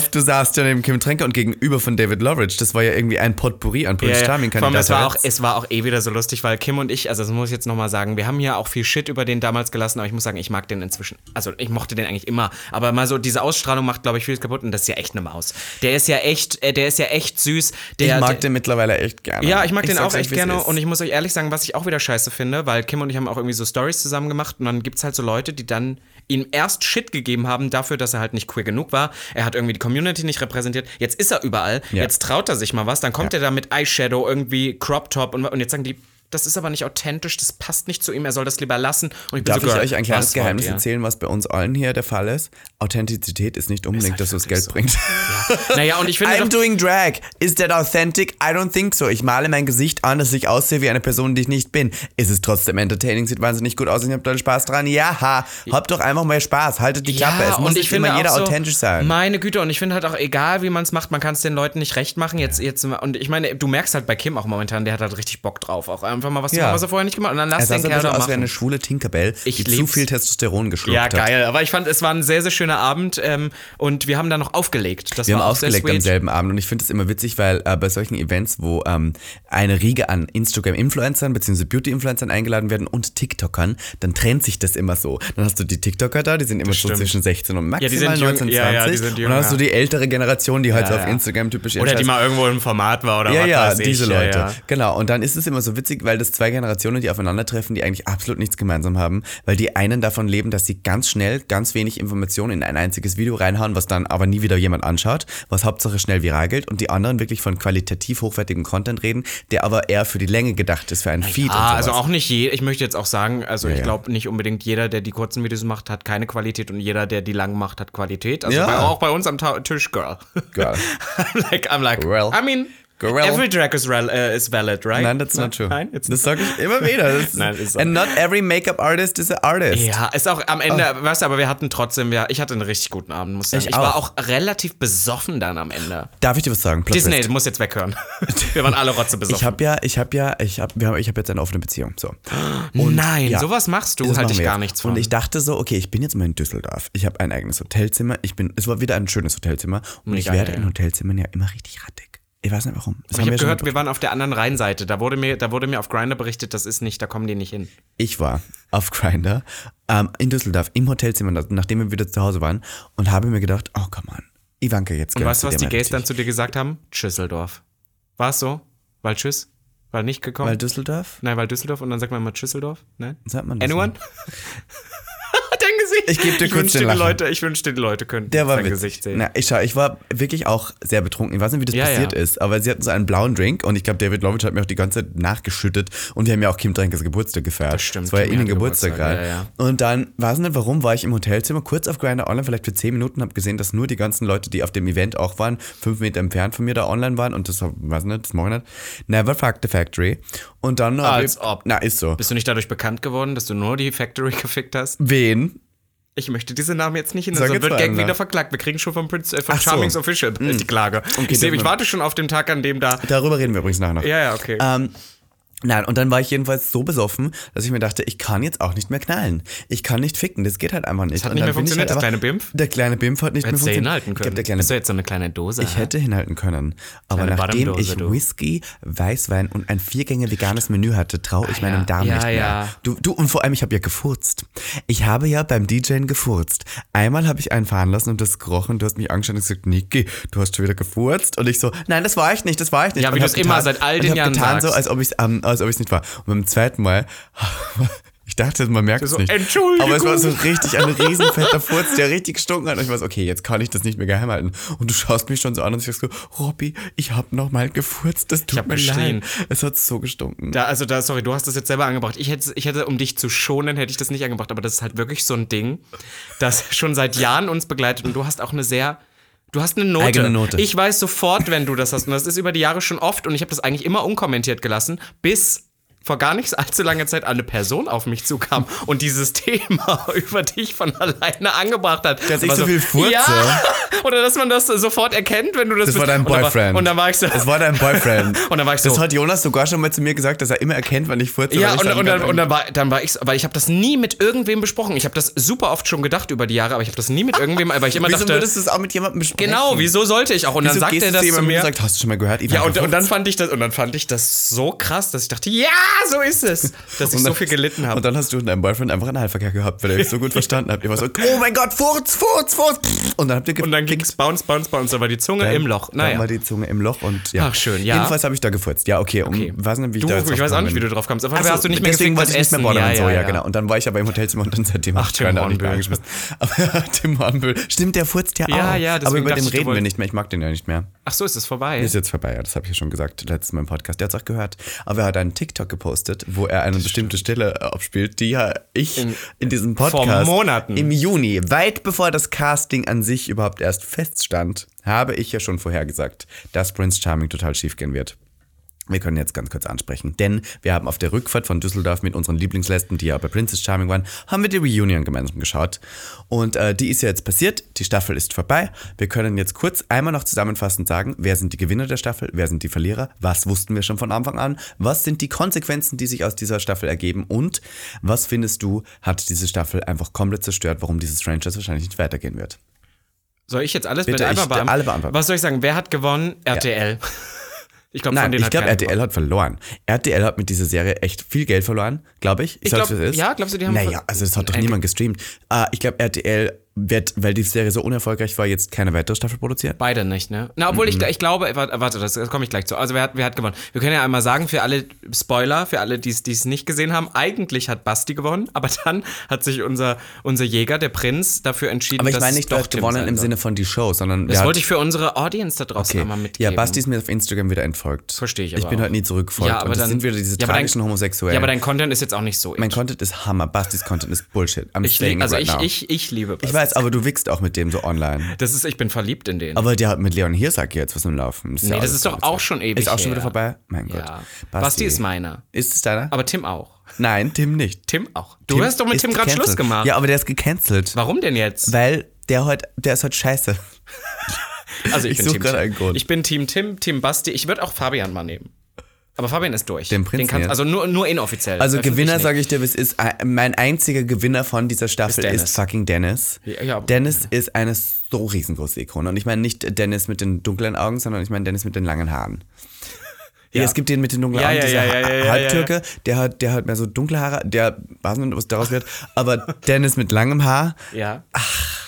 Speaker 2: saßt. Du saßt ja neben Kim Tränker und gegenüber von David Loveridge. Das war ja irgendwie ein Potpourri an
Speaker 1: Ja,
Speaker 2: Prince
Speaker 1: ja.
Speaker 2: Charming
Speaker 1: Vor allem,
Speaker 2: Kandidaten.
Speaker 1: es war, auch, es war auch eh wieder so lustig, weil Kim und ich, also das muss ich jetzt nochmal sagen, wir haben ja auch viel Shit über den damals gelassen, aber ich muss sagen, ich mag den inzwischen. Also ich mochte den eigentlich immer. Aber mal so, diese Ausstrahlung macht, glaube ich, vieles kaputt und das ist ja echt eine Maus. Der ist ja echt, äh, der ist ja echt süß. Der,
Speaker 2: ich mag
Speaker 1: der,
Speaker 2: den mittlerweile echt gerne.
Speaker 1: ja, ich mag den
Speaker 2: sag's
Speaker 1: auch
Speaker 2: euch,
Speaker 1: echt
Speaker 2: wie's
Speaker 1: gerne
Speaker 2: ist.
Speaker 1: und ich muss euch ehrlich sagen, was ich auch wieder scheiße finde, weil Kim und ich haben auch irgendwie so Stories zusammen gemacht und dann gibt es halt so Leute, die dann ihm erst Shit gegeben haben dafür, dass er halt nicht queer genug war. Er hat irgendwie die Community nicht repräsentiert. Jetzt ist er überall. Jetzt traut er sich mal was. Dann kommt er da mit Eyeshadow, irgendwie Crop Top und, und jetzt sagen die, das ist aber nicht authentisch, das passt nicht zu ihm, er soll das lieber lassen. Und ich bin
Speaker 2: Darf
Speaker 1: so,
Speaker 2: ich
Speaker 1: Girl,
Speaker 2: euch ein kleines
Speaker 1: was wollt
Speaker 2: Geheimnis
Speaker 1: ihr?
Speaker 2: erzählen, was bei uns allen hier der Fall ist? Authentizität ist nicht unbedingt,
Speaker 1: halt
Speaker 2: dass es
Speaker 1: wirklich
Speaker 2: Geld
Speaker 1: so.
Speaker 2: bringt.
Speaker 1: Naja, und ich finde
Speaker 2: I'm
Speaker 1: doch,
Speaker 2: doing drag. Is that authentic? I don't think so. Ich male mein Gesicht an, dass ich aussehe wie eine Person, die ich nicht bin. Ist es trotzdem entertaining? Sieht wahnsinnig gut aus. Ich hab da Spaß dran. Ja, ha. habt doch einfach mal Spaß. Haltet die Klappe. es muss
Speaker 1: und ich
Speaker 2: nicht
Speaker 1: finde
Speaker 2: immer
Speaker 1: auch
Speaker 2: jeder
Speaker 1: so,
Speaker 2: authentisch sein.
Speaker 1: Meine Güte, und ich finde halt auch, egal wie man es macht, man kann es den Leuten nicht recht machen. Jetzt, jetzt, und ich meine, du merkst halt bei Kim auch momentan, der hat halt richtig Bock drauf. Auch einfach mal was zu
Speaker 2: Ja.
Speaker 1: machen, was er vorher nicht gemacht hat. Und dann
Speaker 2: Er
Speaker 1: lass
Speaker 2: sah
Speaker 1: den
Speaker 2: so ein
Speaker 1: Kerl
Speaker 2: bisschen
Speaker 1: da
Speaker 2: aus wie
Speaker 1: machen.
Speaker 2: eine schwule Tinkerbell, die zu
Speaker 1: lieb's.
Speaker 2: viel Testosteron geschluckt
Speaker 1: Ja,
Speaker 2: hat.
Speaker 1: geil. Aber ich fand, es war ein sehr, sehr schöner Abend. Ähm, und wir haben dann noch aufgelegt. Das
Speaker 2: Wir haben
Speaker 1: war auch sehr
Speaker 2: aufgelegt am
Speaker 1: sweet.
Speaker 2: selben Abend und ich finde es immer witzig, weil äh, bei solchen Events, wo ähm, eine Riege an Instagram-Influencern bzw. Beauty-Influencern eingeladen werden und TikTokern, dann trennt sich das immer so. Dann hast du die TikToker da, die sind immer so
Speaker 1: stimmt.
Speaker 2: zwischen 16 und
Speaker 1: die
Speaker 2: maximal
Speaker 1: sind jung.
Speaker 2: 19, 20.
Speaker 1: Ja, ja, die sind
Speaker 2: und dann
Speaker 1: jung,
Speaker 2: hast du die ältere Generation, die halt so auf
Speaker 1: ja.
Speaker 2: Instagram typisch
Speaker 1: Oder
Speaker 2: ihren
Speaker 1: die
Speaker 2: Scheiß-
Speaker 1: mal irgendwo im Format war oder
Speaker 2: ja,
Speaker 1: was
Speaker 2: ja,
Speaker 1: weiß ich.
Speaker 2: diese Leute.
Speaker 1: Ja, ja.
Speaker 2: Genau. Und dann ist es immer so witzig, weil das zwei Generationen, die aufeinandertreffen, die eigentlich absolut nichts gemeinsam haben, weil die einen davon leben, dass sie ganz schnell ganz wenig Informationen in ein einziges Video reinhauen, was dann aber nie wieder jemand anschaut, was Hauptsache schnell viral gilt und die anderen wirklich von qualitativ hochwertigem Content reden, der aber eher für die Länge gedacht ist, für einen Feed
Speaker 1: Ah,
Speaker 2: und sowas.
Speaker 1: also auch nicht jeder. Ich möchte jetzt auch sagen, also ich
Speaker 2: ja.
Speaker 1: glaube nicht unbedingt jeder, der die kurzen Videos macht, hat keine Qualität und jeder, der die lang macht, hat Qualität. Also
Speaker 2: Ja.
Speaker 1: bei, auch bei uns am Ta Tisch, Girl.
Speaker 2: Girl.
Speaker 1: I'm like, I'm like,
Speaker 2: Girl.
Speaker 1: I mean,
Speaker 2: Girl.
Speaker 1: every drag is, rel- äh, is valid, right?
Speaker 2: Nein, that's not true.
Speaker 1: Nein, it's
Speaker 2: das sage ich immer wieder. Das
Speaker 1: Nein, ist so.
Speaker 2: and not every makeup artist is an artist.
Speaker 1: Ja, ist auch am Ende, weißt du, aber wir hatten trotzdem, ja, ich hatte einen richtig guten Abend, muss ich sagen.
Speaker 2: Ah. Ich
Speaker 1: Ich, war auch relativ besoffen dann am Ende.
Speaker 2: Darf ich dir was sagen? Plot
Speaker 1: Disney
Speaker 2: Twist.
Speaker 1: muss jetzt weghören. Wir waren alle Rotze
Speaker 2: Ich
Speaker 1: besoffen.
Speaker 2: habe ja, ich habe ja, ich habe, ich habe jetzt eine offene Beziehung. So.
Speaker 1: Nein,
Speaker 2: ja.
Speaker 1: sowas machst du,
Speaker 2: Das
Speaker 1: halte
Speaker 2: machen
Speaker 1: ich
Speaker 2: wir
Speaker 1: gar
Speaker 2: jetzt.
Speaker 1: nichts von.
Speaker 2: Und ich dachte so, okay, ich bin jetzt mal in Düsseldorf. Ich habe ein eigenes Hotelzimmer. Ich bin, es war wieder ein schönes Hotelzimmer. Und ich
Speaker 1: Mega,
Speaker 2: werde
Speaker 1: ja.
Speaker 2: in Hotelzimmern ja immer richtig rattig. Ich weiß nicht warum. Das
Speaker 1: Ich
Speaker 2: haben
Speaker 1: habe
Speaker 2: schon
Speaker 1: gehört,
Speaker 2: mal-
Speaker 1: wir waren auf der anderen Rheinseite. Da wurde mir, da wurde mir auf Grinder berichtet, das ist nicht, da kommen die nicht hin.
Speaker 2: ich war auf Grinder ähm, in Düsseldorf im Hotelzimmer, nachdem wir wieder zu Hause waren, und habe mir gedacht, oh come on, Ivanka jetzt.
Speaker 1: Und weißt du, was die Gays dann
Speaker 2: gestern
Speaker 1: zu dir gesagt haben? Schüsseldorf. War es so? Weil Tschüss? Weil nicht gekommen?
Speaker 2: Weil Düsseldorf?
Speaker 1: Nein, weil Düsseldorf und dann sagt man immer Schüsseldorf? Nein?
Speaker 2: Sagt man das
Speaker 1: Anyone?
Speaker 2: nicht?
Speaker 1: Dein Gesicht.
Speaker 2: Ich geb dir kurz
Speaker 1: wünschte,
Speaker 2: den
Speaker 1: die
Speaker 2: Lacher.
Speaker 1: Leute, Ich wünschte, die Leute könnten
Speaker 2: Der war
Speaker 1: sein
Speaker 2: witzig.
Speaker 1: Gesicht sehen.
Speaker 2: Na, ich schau, ich war wirklich auch sehr betrunken. Ich weiß nicht, wie das
Speaker 1: Ja,
Speaker 2: passiert
Speaker 1: ja.
Speaker 2: ist, aber sie hatten so einen blauen Drink und ich glaube, David Lovitch hat mir auch die ganze Zeit nachgeschüttet und wir haben ja auch Kim Drenkes Geburtstag gefeiert. Das
Speaker 1: stimmt,
Speaker 2: Es war ja
Speaker 1: Kim
Speaker 2: ihren
Speaker 1: hatte
Speaker 2: Geburtstag
Speaker 1: Geburtstag,
Speaker 2: gerade.
Speaker 1: ja,
Speaker 2: Und dann, weiß nicht warum, war ich im Hotelzimmer kurz auf Grindr online, vielleicht für 10 Minuten, habe gesehen, dass nur die ganzen Leute, die auf dem Event auch waren, fünf Meter entfernt von mir da online waren und das, war- weiß nicht, das morgen nicht. Never fuck the factory. Und dann hab
Speaker 1: Als
Speaker 2: ich,
Speaker 1: ob.
Speaker 2: Na, ist so.
Speaker 1: Bist du nicht dadurch bekannt geworden, dass du nur die Factory gefickt hast?
Speaker 2: Wen?
Speaker 1: Ich möchte diese Namen jetzt nicht in
Speaker 2: Sag
Speaker 1: unserem
Speaker 2: jetzt
Speaker 1: wird
Speaker 2: mal
Speaker 1: Gag
Speaker 2: einen, ne?
Speaker 1: wieder verklagt. Wir kriegen schon von, Prinz, äh, von
Speaker 2: Ach so. Hm.
Speaker 1: Charmings Official die Klage. ich, sehe,
Speaker 2: dann-
Speaker 1: ich warte schon auf den Tag, an dem da.
Speaker 2: Darüber reden wir übrigens nachher noch.
Speaker 1: Ja, ja, okay.
Speaker 2: Ähm, nein, und dann war ich jedenfalls so besoffen, dass ich mir dachte, ich kann jetzt auch nicht mehr knallen. Ich kann nicht ficken, das geht halt einfach nicht. Das
Speaker 1: hat nicht mehr funktioniert,
Speaker 2: halt
Speaker 1: das
Speaker 2: aber-
Speaker 1: kleine Bimpf?
Speaker 2: Der kleine Bimpf hat nicht mehr
Speaker 1: Hättest du
Speaker 2: funktioniert.
Speaker 1: hinhalten
Speaker 2: Ich glaub,
Speaker 1: können.
Speaker 2: der kleine
Speaker 1: Bist du jetzt so eine kleine Dose?
Speaker 2: ich hätte hinhalten können. Aber
Speaker 1: Kleine
Speaker 2: nachdem
Speaker 1: Bademdose,
Speaker 2: ich
Speaker 1: du.
Speaker 2: Whisky, Weißwein und ein viergänge veganes Menü hatte, traue ich
Speaker 1: Ah,
Speaker 2: meinem
Speaker 1: ja.
Speaker 2: Darm
Speaker 1: Ja,
Speaker 2: nicht mehr.
Speaker 1: ja.
Speaker 2: Du, du, und vor allem, ich habe ja gefurzt. Ich habe ja beim DJen gefurzt. Einmal habe ich einen fahren lassen und das gerochen. Du hast mich angeschaut und gesagt, Niki, du hast schon wieder gefurzt. Und ich so, nein, das war ich nicht, das war ich nicht.
Speaker 1: Ja, wie
Speaker 2: Und
Speaker 1: du
Speaker 2: hab
Speaker 1: es immer
Speaker 2: getan-
Speaker 1: seit all
Speaker 2: und
Speaker 1: den
Speaker 2: ich hab
Speaker 1: Jahren
Speaker 2: getan so,
Speaker 1: sagst.
Speaker 2: als ob ich es als ob ich's nicht war. Und beim zweiten Mal, ich dachte, man merkt es
Speaker 1: so,
Speaker 2: nicht.
Speaker 1: Entschuldigung.
Speaker 2: Aber es war so richtig ein riesen fetter Furz, der richtig gestunken hat. Und ich war so, okay, jetzt kann ich das nicht mehr geheim halten. Und du schaust mich schon so an und sagst so, Robby, ich hab nochmal gefurzt, das tut
Speaker 1: hab
Speaker 2: mir
Speaker 1: geschrien.
Speaker 2: leid. Es hat so gestunken.
Speaker 1: Da, also da, sorry, du hast das jetzt selber angebracht. Ich hätte, ich hätte, um dich zu schonen, hätte ich das nicht angebracht. Aber das ist halt wirklich so ein Ding, das schon seit Jahren uns begleitet. Und du hast auch eine sehr, du hast eine Note.
Speaker 2: Eigene Note.
Speaker 1: Ich weiß sofort, wenn du das hast. Und das ist über die Jahre schon oft. Und ich habe das eigentlich immer unkommentiert gelassen, bis vor gar nicht allzu langer Zeit eine Person auf mich zukam und dieses Thema über dich von alleine angebracht hat.
Speaker 2: Dass ich
Speaker 1: Aber
Speaker 2: so viel furze?
Speaker 1: Ja! Oder dass man das sofort erkennt, wenn du das
Speaker 2: das war
Speaker 1: bist.
Speaker 2: dein
Speaker 1: Und dann
Speaker 2: Boyfriend.
Speaker 1: Und dann war ich so.
Speaker 2: Das war dein Boyfriend.
Speaker 1: Und dann war ich so-
Speaker 2: Das hat Jonas sogar schon mal zu mir gesagt, dass er immer erkennt, wann ich furze.
Speaker 1: Ja,
Speaker 2: weil ich
Speaker 1: und,
Speaker 2: dann
Speaker 1: und, dann,
Speaker 2: ganz-
Speaker 1: und dann war, dann war ich, weil ich habe das nie mit irgendwem besprochen. Ich habe das super oft schon gedacht über die Jahre, aber ich habe das nie mit irgendwem, weil ich immer
Speaker 2: Wieso
Speaker 1: dachte,
Speaker 2: würdest du es auch mit jemandem besprechen?
Speaker 1: genau, wieso sollte ich auch? Und dann
Speaker 2: Wieso
Speaker 1: sagt
Speaker 2: gehst
Speaker 1: er
Speaker 2: du
Speaker 1: das zu
Speaker 2: jemandem
Speaker 1: mir.
Speaker 2: Und sagst, hast du schon mal gehört? Ivan
Speaker 1: Ja, und, und
Speaker 2: gefurzt?
Speaker 1: dann fand ich das, und dann fand ich das so krass, dass ich dachte, ja, so ist es, dass ich
Speaker 2: Und
Speaker 1: so
Speaker 2: dann-
Speaker 1: viel gelitten habe.
Speaker 2: Und dann hast du und deinem Boyfriend einfach einen Halverkehr gehabt, weil ihr euch so gut verstanden habt. Ihr war so, oh mein Gott, Furz, Furz, Furz. Und dann habt ihr ge-
Speaker 1: Und dann ging es bounce, bounce, bounce, aber die Zunge im Loch.
Speaker 2: Dann war
Speaker 1: Naja.
Speaker 2: die Zunge im Loch und ja.
Speaker 1: Ach, schön, ja.
Speaker 2: Jedenfalls habe ich da gefurzt. Ja, okay. Um,
Speaker 1: Okay.
Speaker 2: Weiß nicht, wie ich
Speaker 1: Du,
Speaker 2: da jetzt
Speaker 1: ich weiß auch
Speaker 2: drauf
Speaker 1: nicht, wie
Speaker 2: gekommen
Speaker 1: du drauf kamst. Auf jeden
Speaker 2: bin. Also,
Speaker 1: Fall hast du nicht mehr
Speaker 2: deswegen
Speaker 1: gefickt,
Speaker 2: wollte ich nicht mehr
Speaker 1: Essen.
Speaker 2: bordern
Speaker 1: ja,
Speaker 2: und so, ja,
Speaker 1: ja.
Speaker 2: genau. Und dann war ich aber im Hotelzimmer und dann seitdem
Speaker 1: Ach,
Speaker 2: hab ich
Speaker 1: Tim
Speaker 2: Grindr nicht
Speaker 1: Hornbüll.
Speaker 2: mehr angeschmissen. Aber Tim Hornbüll, stimmt, der furzt ja,
Speaker 1: Ja,
Speaker 2: auch.
Speaker 1: ja,
Speaker 2: aber
Speaker 1: deswegen
Speaker 2: über
Speaker 1: dachte
Speaker 2: den
Speaker 1: ich, du
Speaker 2: reden wir
Speaker 1: wolltest-
Speaker 2: nicht mehr. Ich mag den ja nicht mehr.
Speaker 1: Ach so, ist es vorbei?
Speaker 2: Ist jetzt vorbei, ja, das habe ich ja schon gesagt, letztes Mal im Podcast. Der hat es auch gehört. Aber er hat einen TikTok gepostet, wo er eine bestimmte Stelle äh, abspielt, die ja ich in,
Speaker 1: In-
Speaker 2: diesem
Speaker 1: vor
Speaker 2: Podcast
Speaker 1: Monaten.
Speaker 2: im Juni, weit bevor das Casting an sich überhaupt erst feststand, habe ich ja schon vorhergesagt, dass Prince Charming total schief gehen wird. Wir können jetzt ganz kurz ansprechen, denn wir haben auf der Rückfahrt von Düsseldorf mit unseren Lieblingslesben, die ja bei Princess Charming waren, haben wir die Reunion gemeinsam geschaut. Und äh, die ist ja jetzt passiert, die Staffel ist vorbei. Wir können jetzt kurz einmal noch zusammenfassend sagen, wer sind die Gewinner der Staffel, wer sind die Verlierer, was wussten wir schon von Anfang an, was sind die Konsequenzen, die sich aus dieser Staffel ergeben und was findest du, hat diese Staffel einfach komplett zerstört, warum dieses Franchise wahrscheinlich nicht weitergehen wird.
Speaker 1: Soll ich jetzt alles
Speaker 2: Bitte,
Speaker 1: mit
Speaker 2: ich-
Speaker 1: einfach beantworten?
Speaker 2: alle beantworten.
Speaker 1: Was soll ich sagen? Wer hat gewonnen? RTL. Ich glaube, von
Speaker 2: Nein,
Speaker 1: denen
Speaker 2: ich
Speaker 1: hat
Speaker 2: glaube,
Speaker 1: keiner
Speaker 2: RTL hat verloren. RTL hat mit dieser Serie echt viel Geld verloren, glaube ich. Ich,
Speaker 1: glaub,
Speaker 2: sag's, wie es ist.
Speaker 1: ja, glaubst du, die haben
Speaker 2: Naja,
Speaker 1: ver-
Speaker 2: also das hat doch
Speaker 1: Nein,
Speaker 2: niemand gestreamt. Ah, ich glaube, RTL wird, weil die Serie so unerfolgreich war, jetzt keine weitere Staffel produzieren.
Speaker 1: Beide nicht, ne? Na, obwohl
Speaker 2: Mhm.
Speaker 1: ich, ich glaube, warte, warte, das das komme ich gleich zu. Also, wer hat, wer hat gewonnen? Wir können ja einmal sagen, für alle Spoiler, für alle, die es die es nicht gesehen haben, eigentlich hat Basti gewonnen, aber dann hat sich unser, unser Jäger, der Prinz, dafür entschieden,
Speaker 2: Aber ich
Speaker 1: dass
Speaker 2: meine
Speaker 1: es
Speaker 2: nicht
Speaker 1: doch
Speaker 2: doch
Speaker 1: Tim
Speaker 2: gewonnen
Speaker 1: sein
Speaker 2: im
Speaker 1: soll.
Speaker 2: Sinne von die Show, sondern
Speaker 1: Das
Speaker 2: wer
Speaker 1: wollte
Speaker 2: hat-
Speaker 1: ich für unsere Audience da draußen einmal
Speaker 2: Ja,
Speaker 1: mitgeben.
Speaker 2: Basti ist mir auf Instagram wieder entfolgt.
Speaker 1: Verstehe ich
Speaker 2: Ich
Speaker 1: aber
Speaker 2: bin
Speaker 1: auch.
Speaker 2: heute nie zurückgefolgt.
Speaker 1: Ja, aber
Speaker 2: und das
Speaker 1: dann-
Speaker 2: sind wieder diese
Speaker 1: Ja, aber dein-
Speaker 2: tragischen Homosexuellen.
Speaker 1: Ja, aber dein Content ist jetzt auch nicht so.
Speaker 2: mein Content ist Hammer. Bastis Content ist Bullshit. I'm
Speaker 1: ich, lieb-
Speaker 2: saying it
Speaker 1: also,
Speaker 2: right
Speaker 1: ich,
Speaker 2: now.
Speaker 1: ich, ich liebe Basti.
Speaker 2: ich weiß, aber du wickst auch mit dem so online.
Speaker 1: das ist, ich bin verliebt in den.
Speaker 2: Aber der hat mit Leon Hirsack jetzt was im Laufen.
Speaker 1: Nee, das
Speaker 2: alles
Speaker 1: ist doch
Speaker 2: kompliziert.
Speaker 1: auch schon ewig
Speaker 2: Ist auch schon
Speaker 1: her.
Speaker 2: wieder vorbei? Mein Gott.
Speaker 1: Ja. Basti ist meiner.
Speaker 2: Ist es deiner?
Speaker 1: Aber Tim auch.
Speaker 2: Nein, Tim nicht.
Speaker 1: Tim auch. Du
Speaker 2: Tim
Speaker 1: hast doch mit
Speaker 2: ist
Speaker 1: Tim gerade
Speaker 2: gecancelt.
Speaker 1: Schluss gemacht.
Speaker 2: Ja, aber der ist gecancelt.
Speaker 1: Warum denn jetzt?
Speaker 2: Weil der heute, der ist heute scheiße.
Speaker 1: Also
Speaker 2: Ich suche
Speaker 1: Team
Speaker 2: gerade
Speaker 1: Tim.
Speaker 2: einen Grund.
Speaker 1: Ich bin Team Tim, Team Basti. Ich würde auch Fabian mal nehmen. Aber Fabian ist durch.
Speaker 2: Den Prinzen jetzt?
Speaker 1: also nur, nur inoffiziell.
Speaker 2: Also
Speaker 1: Öffentlich
Speaker 2: Gewinner,
Speaker 1: nicht.
Speaker 2: sage ich dir, es ist äh, mein einziger Gewinner von dieser Staffel
Speaker 1: Ist
Speaker 2: ist,
Speaker 1: Dennis.
Speaker 2: fucking Dennis.
Speaker 1: Ja, ja.
Speaker 2: Dennis ist eine so riesengroße Ikone. Und ich meine nicht Dennis mit den dunklen Augen, sondern ich meine Dennis mit den langen Haaren. Ja. es gibt den mit den dunklen
Speaker 1: Ja,
Speaker 2: Augen,
Speaker 1: ja,
Speaker 2: dieser
Speaker 1: ja, ja,
Speaker 2: Ha-
Speaker 1: ja, ja,
Speaker 2: Halbtürke, der hat, der hat mehr so dunkle Haare, der weiß nicht, was daraus wird, aber Dennis mit langem Haar,
Speaker 1: Ja.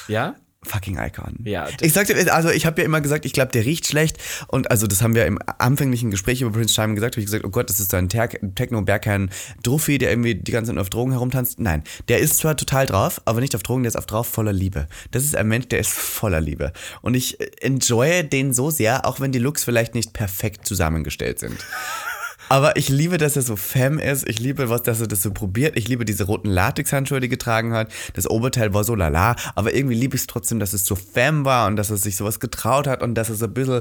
Speaker 1: Ja?
Speaker 2: fucking Icon.
Speaker 1: Ja, das-
Speaker 2: ich sagte, also ich habe ja immer gesagt, ich glaube, der riecht schlecht. Und also das haben wir im anfänglichen Gespräch über Prince Charming gesagt, habe ich gesagt, oh Gott, das ist so ein Ter- Techno-Bergherrn Druffi, der irgendwie die ganze Zeit nur auf Drogen herumtanzt. Nein, der ist zwar total drauf, aber nicht auf Drogen, der ist auf drauf voller Liebe. Das ist ein Mensch, der ist voller Liebe. Und ich äh, enjoye den so sehr, auch wenn die Looks vielleicht nicht perfekt zusammengestellt sind. Aber ich liebe, dass er so femme ist. Ich liebe, was, dass er das so probiert. Ich liebe diese roten Latexhandschuhe, die er getragen hat. Das Oberteil war so lala. Aber irgendwie liebe ich es trotzdem, dass es so femme war und dass er sich sowas getraut hat und dass er so ein bisschen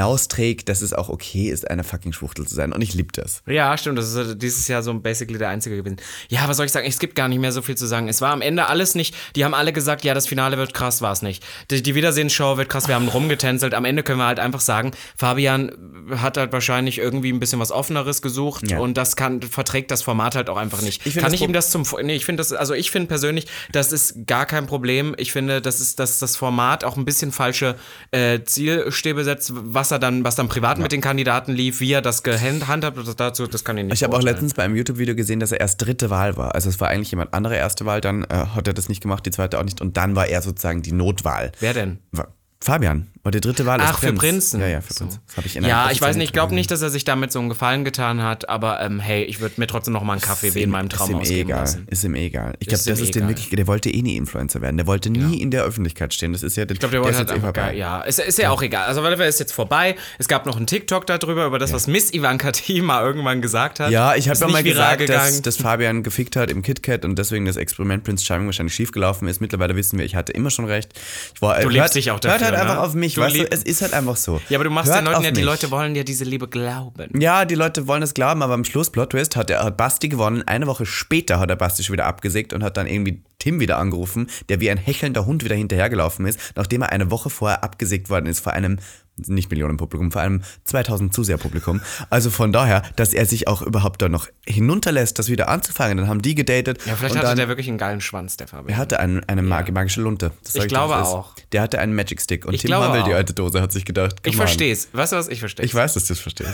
Speaker 2: hinausträgt, dass es auch okay ist, eine fucking Schwuchtel zu sein. Und ich liebe das.
Speaker 1: Ja, stimmt. Das ist äh, dieses Jahr so basically der einzige gewesen. Ja, was soll ich sagen? Es gibt gar nicht mehr so viel zu sagen. Es war am Ende alles nicht. Die haben alle gesagt, ja, das Finale wird krass, war es nicht. Die, die Wiedersehensshow wird krass, wir haben rumgetänzelt. Am Ende können wir halt einfach sagen, Fabian hat halt wahrscheinlich irgendwie ein bisschen was Offeneres gesucht
Speaker 2: Ja.
Speaker 1: und das kann, verträgt das Format halt auch einfach nicht.
Speaker 2: Ich find
Speaker 1: kann
Speaker 2: das
Speaker 1: ich
Speaker 2: Pro-
Speaker 1: ihm das zum. Nee, ich finde das, also ich finde persönlich, das ist gar kein Problem. Ich finde, das ist, dass das Format auch ein bisschen falsche äh, Zielstäbe setzt, was er dann, was dann privat mit den Kandidaten lief, wie er das gehandhabt hat, das- dazu, das kann ich nicht.
Speaker 2: Ich habe auch
Speaker 1: beurteilen.
Speaker 2: letztens bei einem YouTube-Video gesehen, dass er erst dritte Wahl war. Also es war eigentlich jemand andere erste Wahl, dann äh, hat er das nicht gemacht, die zweite auch nicht. Und dann war er sozusagen die Notwahl.
Speaker 1: Wer denn?
Speaker 2: Wa- Fabian war die dritte Wahl. als
Speaker 1: Ach, für Prinzen.
Speaker 2: Ja, ja, für
Speaker 1: So.
Speaker 2: Prinzen. Das hab in einer
Speaker 1: ja,
Speaker 2: kurzen
Speaker 1: ich weiß
Speaker 2: Zeit
Speaker 1: nicht, ich glaube
Speaker 2: gelesen.
Speaker 1: nicht, dass er sich damit so einen Gefallen getan hat, aber ähm, hey, ich würde mir trotzdem noch mal einen Kaffee wie in meinem Traum
Speaker 2: ist ihm eh
Speaker 1: ausgeben
Speaker 2: egal.
Speaker 1: lassen.
Speaker 2: Ist ihm eh egal. Ich glaube,
Speaker 1: Ist ihm
Speaker 2: das
Speaker 1: eh
Speaker 2: ist den
Speaker 1: egal.
Speaker 2: wirklich. Der wollte eh nie Influencer werden. Der wollte nie in der Öffentlichkeit stehen. Das ist eh ja.
Speaker 1: Ich glaube, der wollte halt einfach geil. Ja, ist, ist ja, auch egal. Also, weil ist jetzt vorbei. Es gab noch einen TikTok darüber, über das, was Miss Ivanka T mal irgendwann gesagt hat.
Speaker 2: Ja, ich habe
Speaker 1: Ist
Speaker 2: ja
Speaker 1: nicht
Speaker 2: mal
Speaker 1: viral
Speaker 2: gesagt, dass,
Speaker 1: gegangen.
Speaker 2: dass Fabian gefickt hat im KitKat und deswegen das Experiment Prince Charming wahrscheinlich schiefgelaufen ist. Mittlerweile wissen wir, ich hatte immer schon recht. Ich war, du
Speaker 1: liebst dich auch
Speaker 2: Hört
Speaker 1: dafür,
Speaker 2: halt
Speaker 1: ne?
Speaker 2: einfach auf mich,
Speaker 1: Du
Speaker 2: weißt du?
Speaker 1: lieb-
Speaker 2: Es ist halt einfach so.
Speaker 1: Ja, aber du machst
Speaker 2: Hört
Speaker 1: den Leuten
Speaker 2: auf
Speaker 1: ja, die
Speaker 2: mich.
Speaker 1: Leute wollen ja diese Liebe glauben.
Speaker 2: Ja, die Leute wollen es glauben, aber am Schluss, Plot Twist, hat, er, hat Basti gewonnen. Eine Woche später hat er Basti schon wieder abgesägt und hat dann irgendwie Tim wieder angerufen, der wie ein hechelnder Hund wieder hinterhergelaufen ist, nachdem er eine Woche vorher abgesägt worden ist vor einem nicht Millionenpublikum, vor einem 2000 Zuseherpublikum. Also von daher, dass er sich auch überhaupt da noch hinunterlässt, das wieder anzufangen. Dann haben die gedatet.
Speaker 1: Ja, vielleicht
Speaker 2: und
Speaker 1: hatte
Speaker 2: dann,
Speaker 1: der wirklich einen geilen Schwanz, der Fabian.
Speaker 2: er hatte einen, eine mag- magische Lunte. Das sag
Speaker 1: Ich
Speaker 2: dir, was
Speaker 1: glaube
Speaker 2: ist.
Speaker 1: auch.
Speaker 2: Der hatte einen Magic Stick und Tim
Speaker 1: glaube
Speaker 2: Hammel, die
Speaker 1: auch.
Speaker 2: alte Dose, hat sich gedacht,
Speaker 1: ich
Speaker 2: come on.
Speaker 1: versteh's. Weißt du was? Ich versteh's.
Speaker 2: Ich weiß, dass du es verstehst.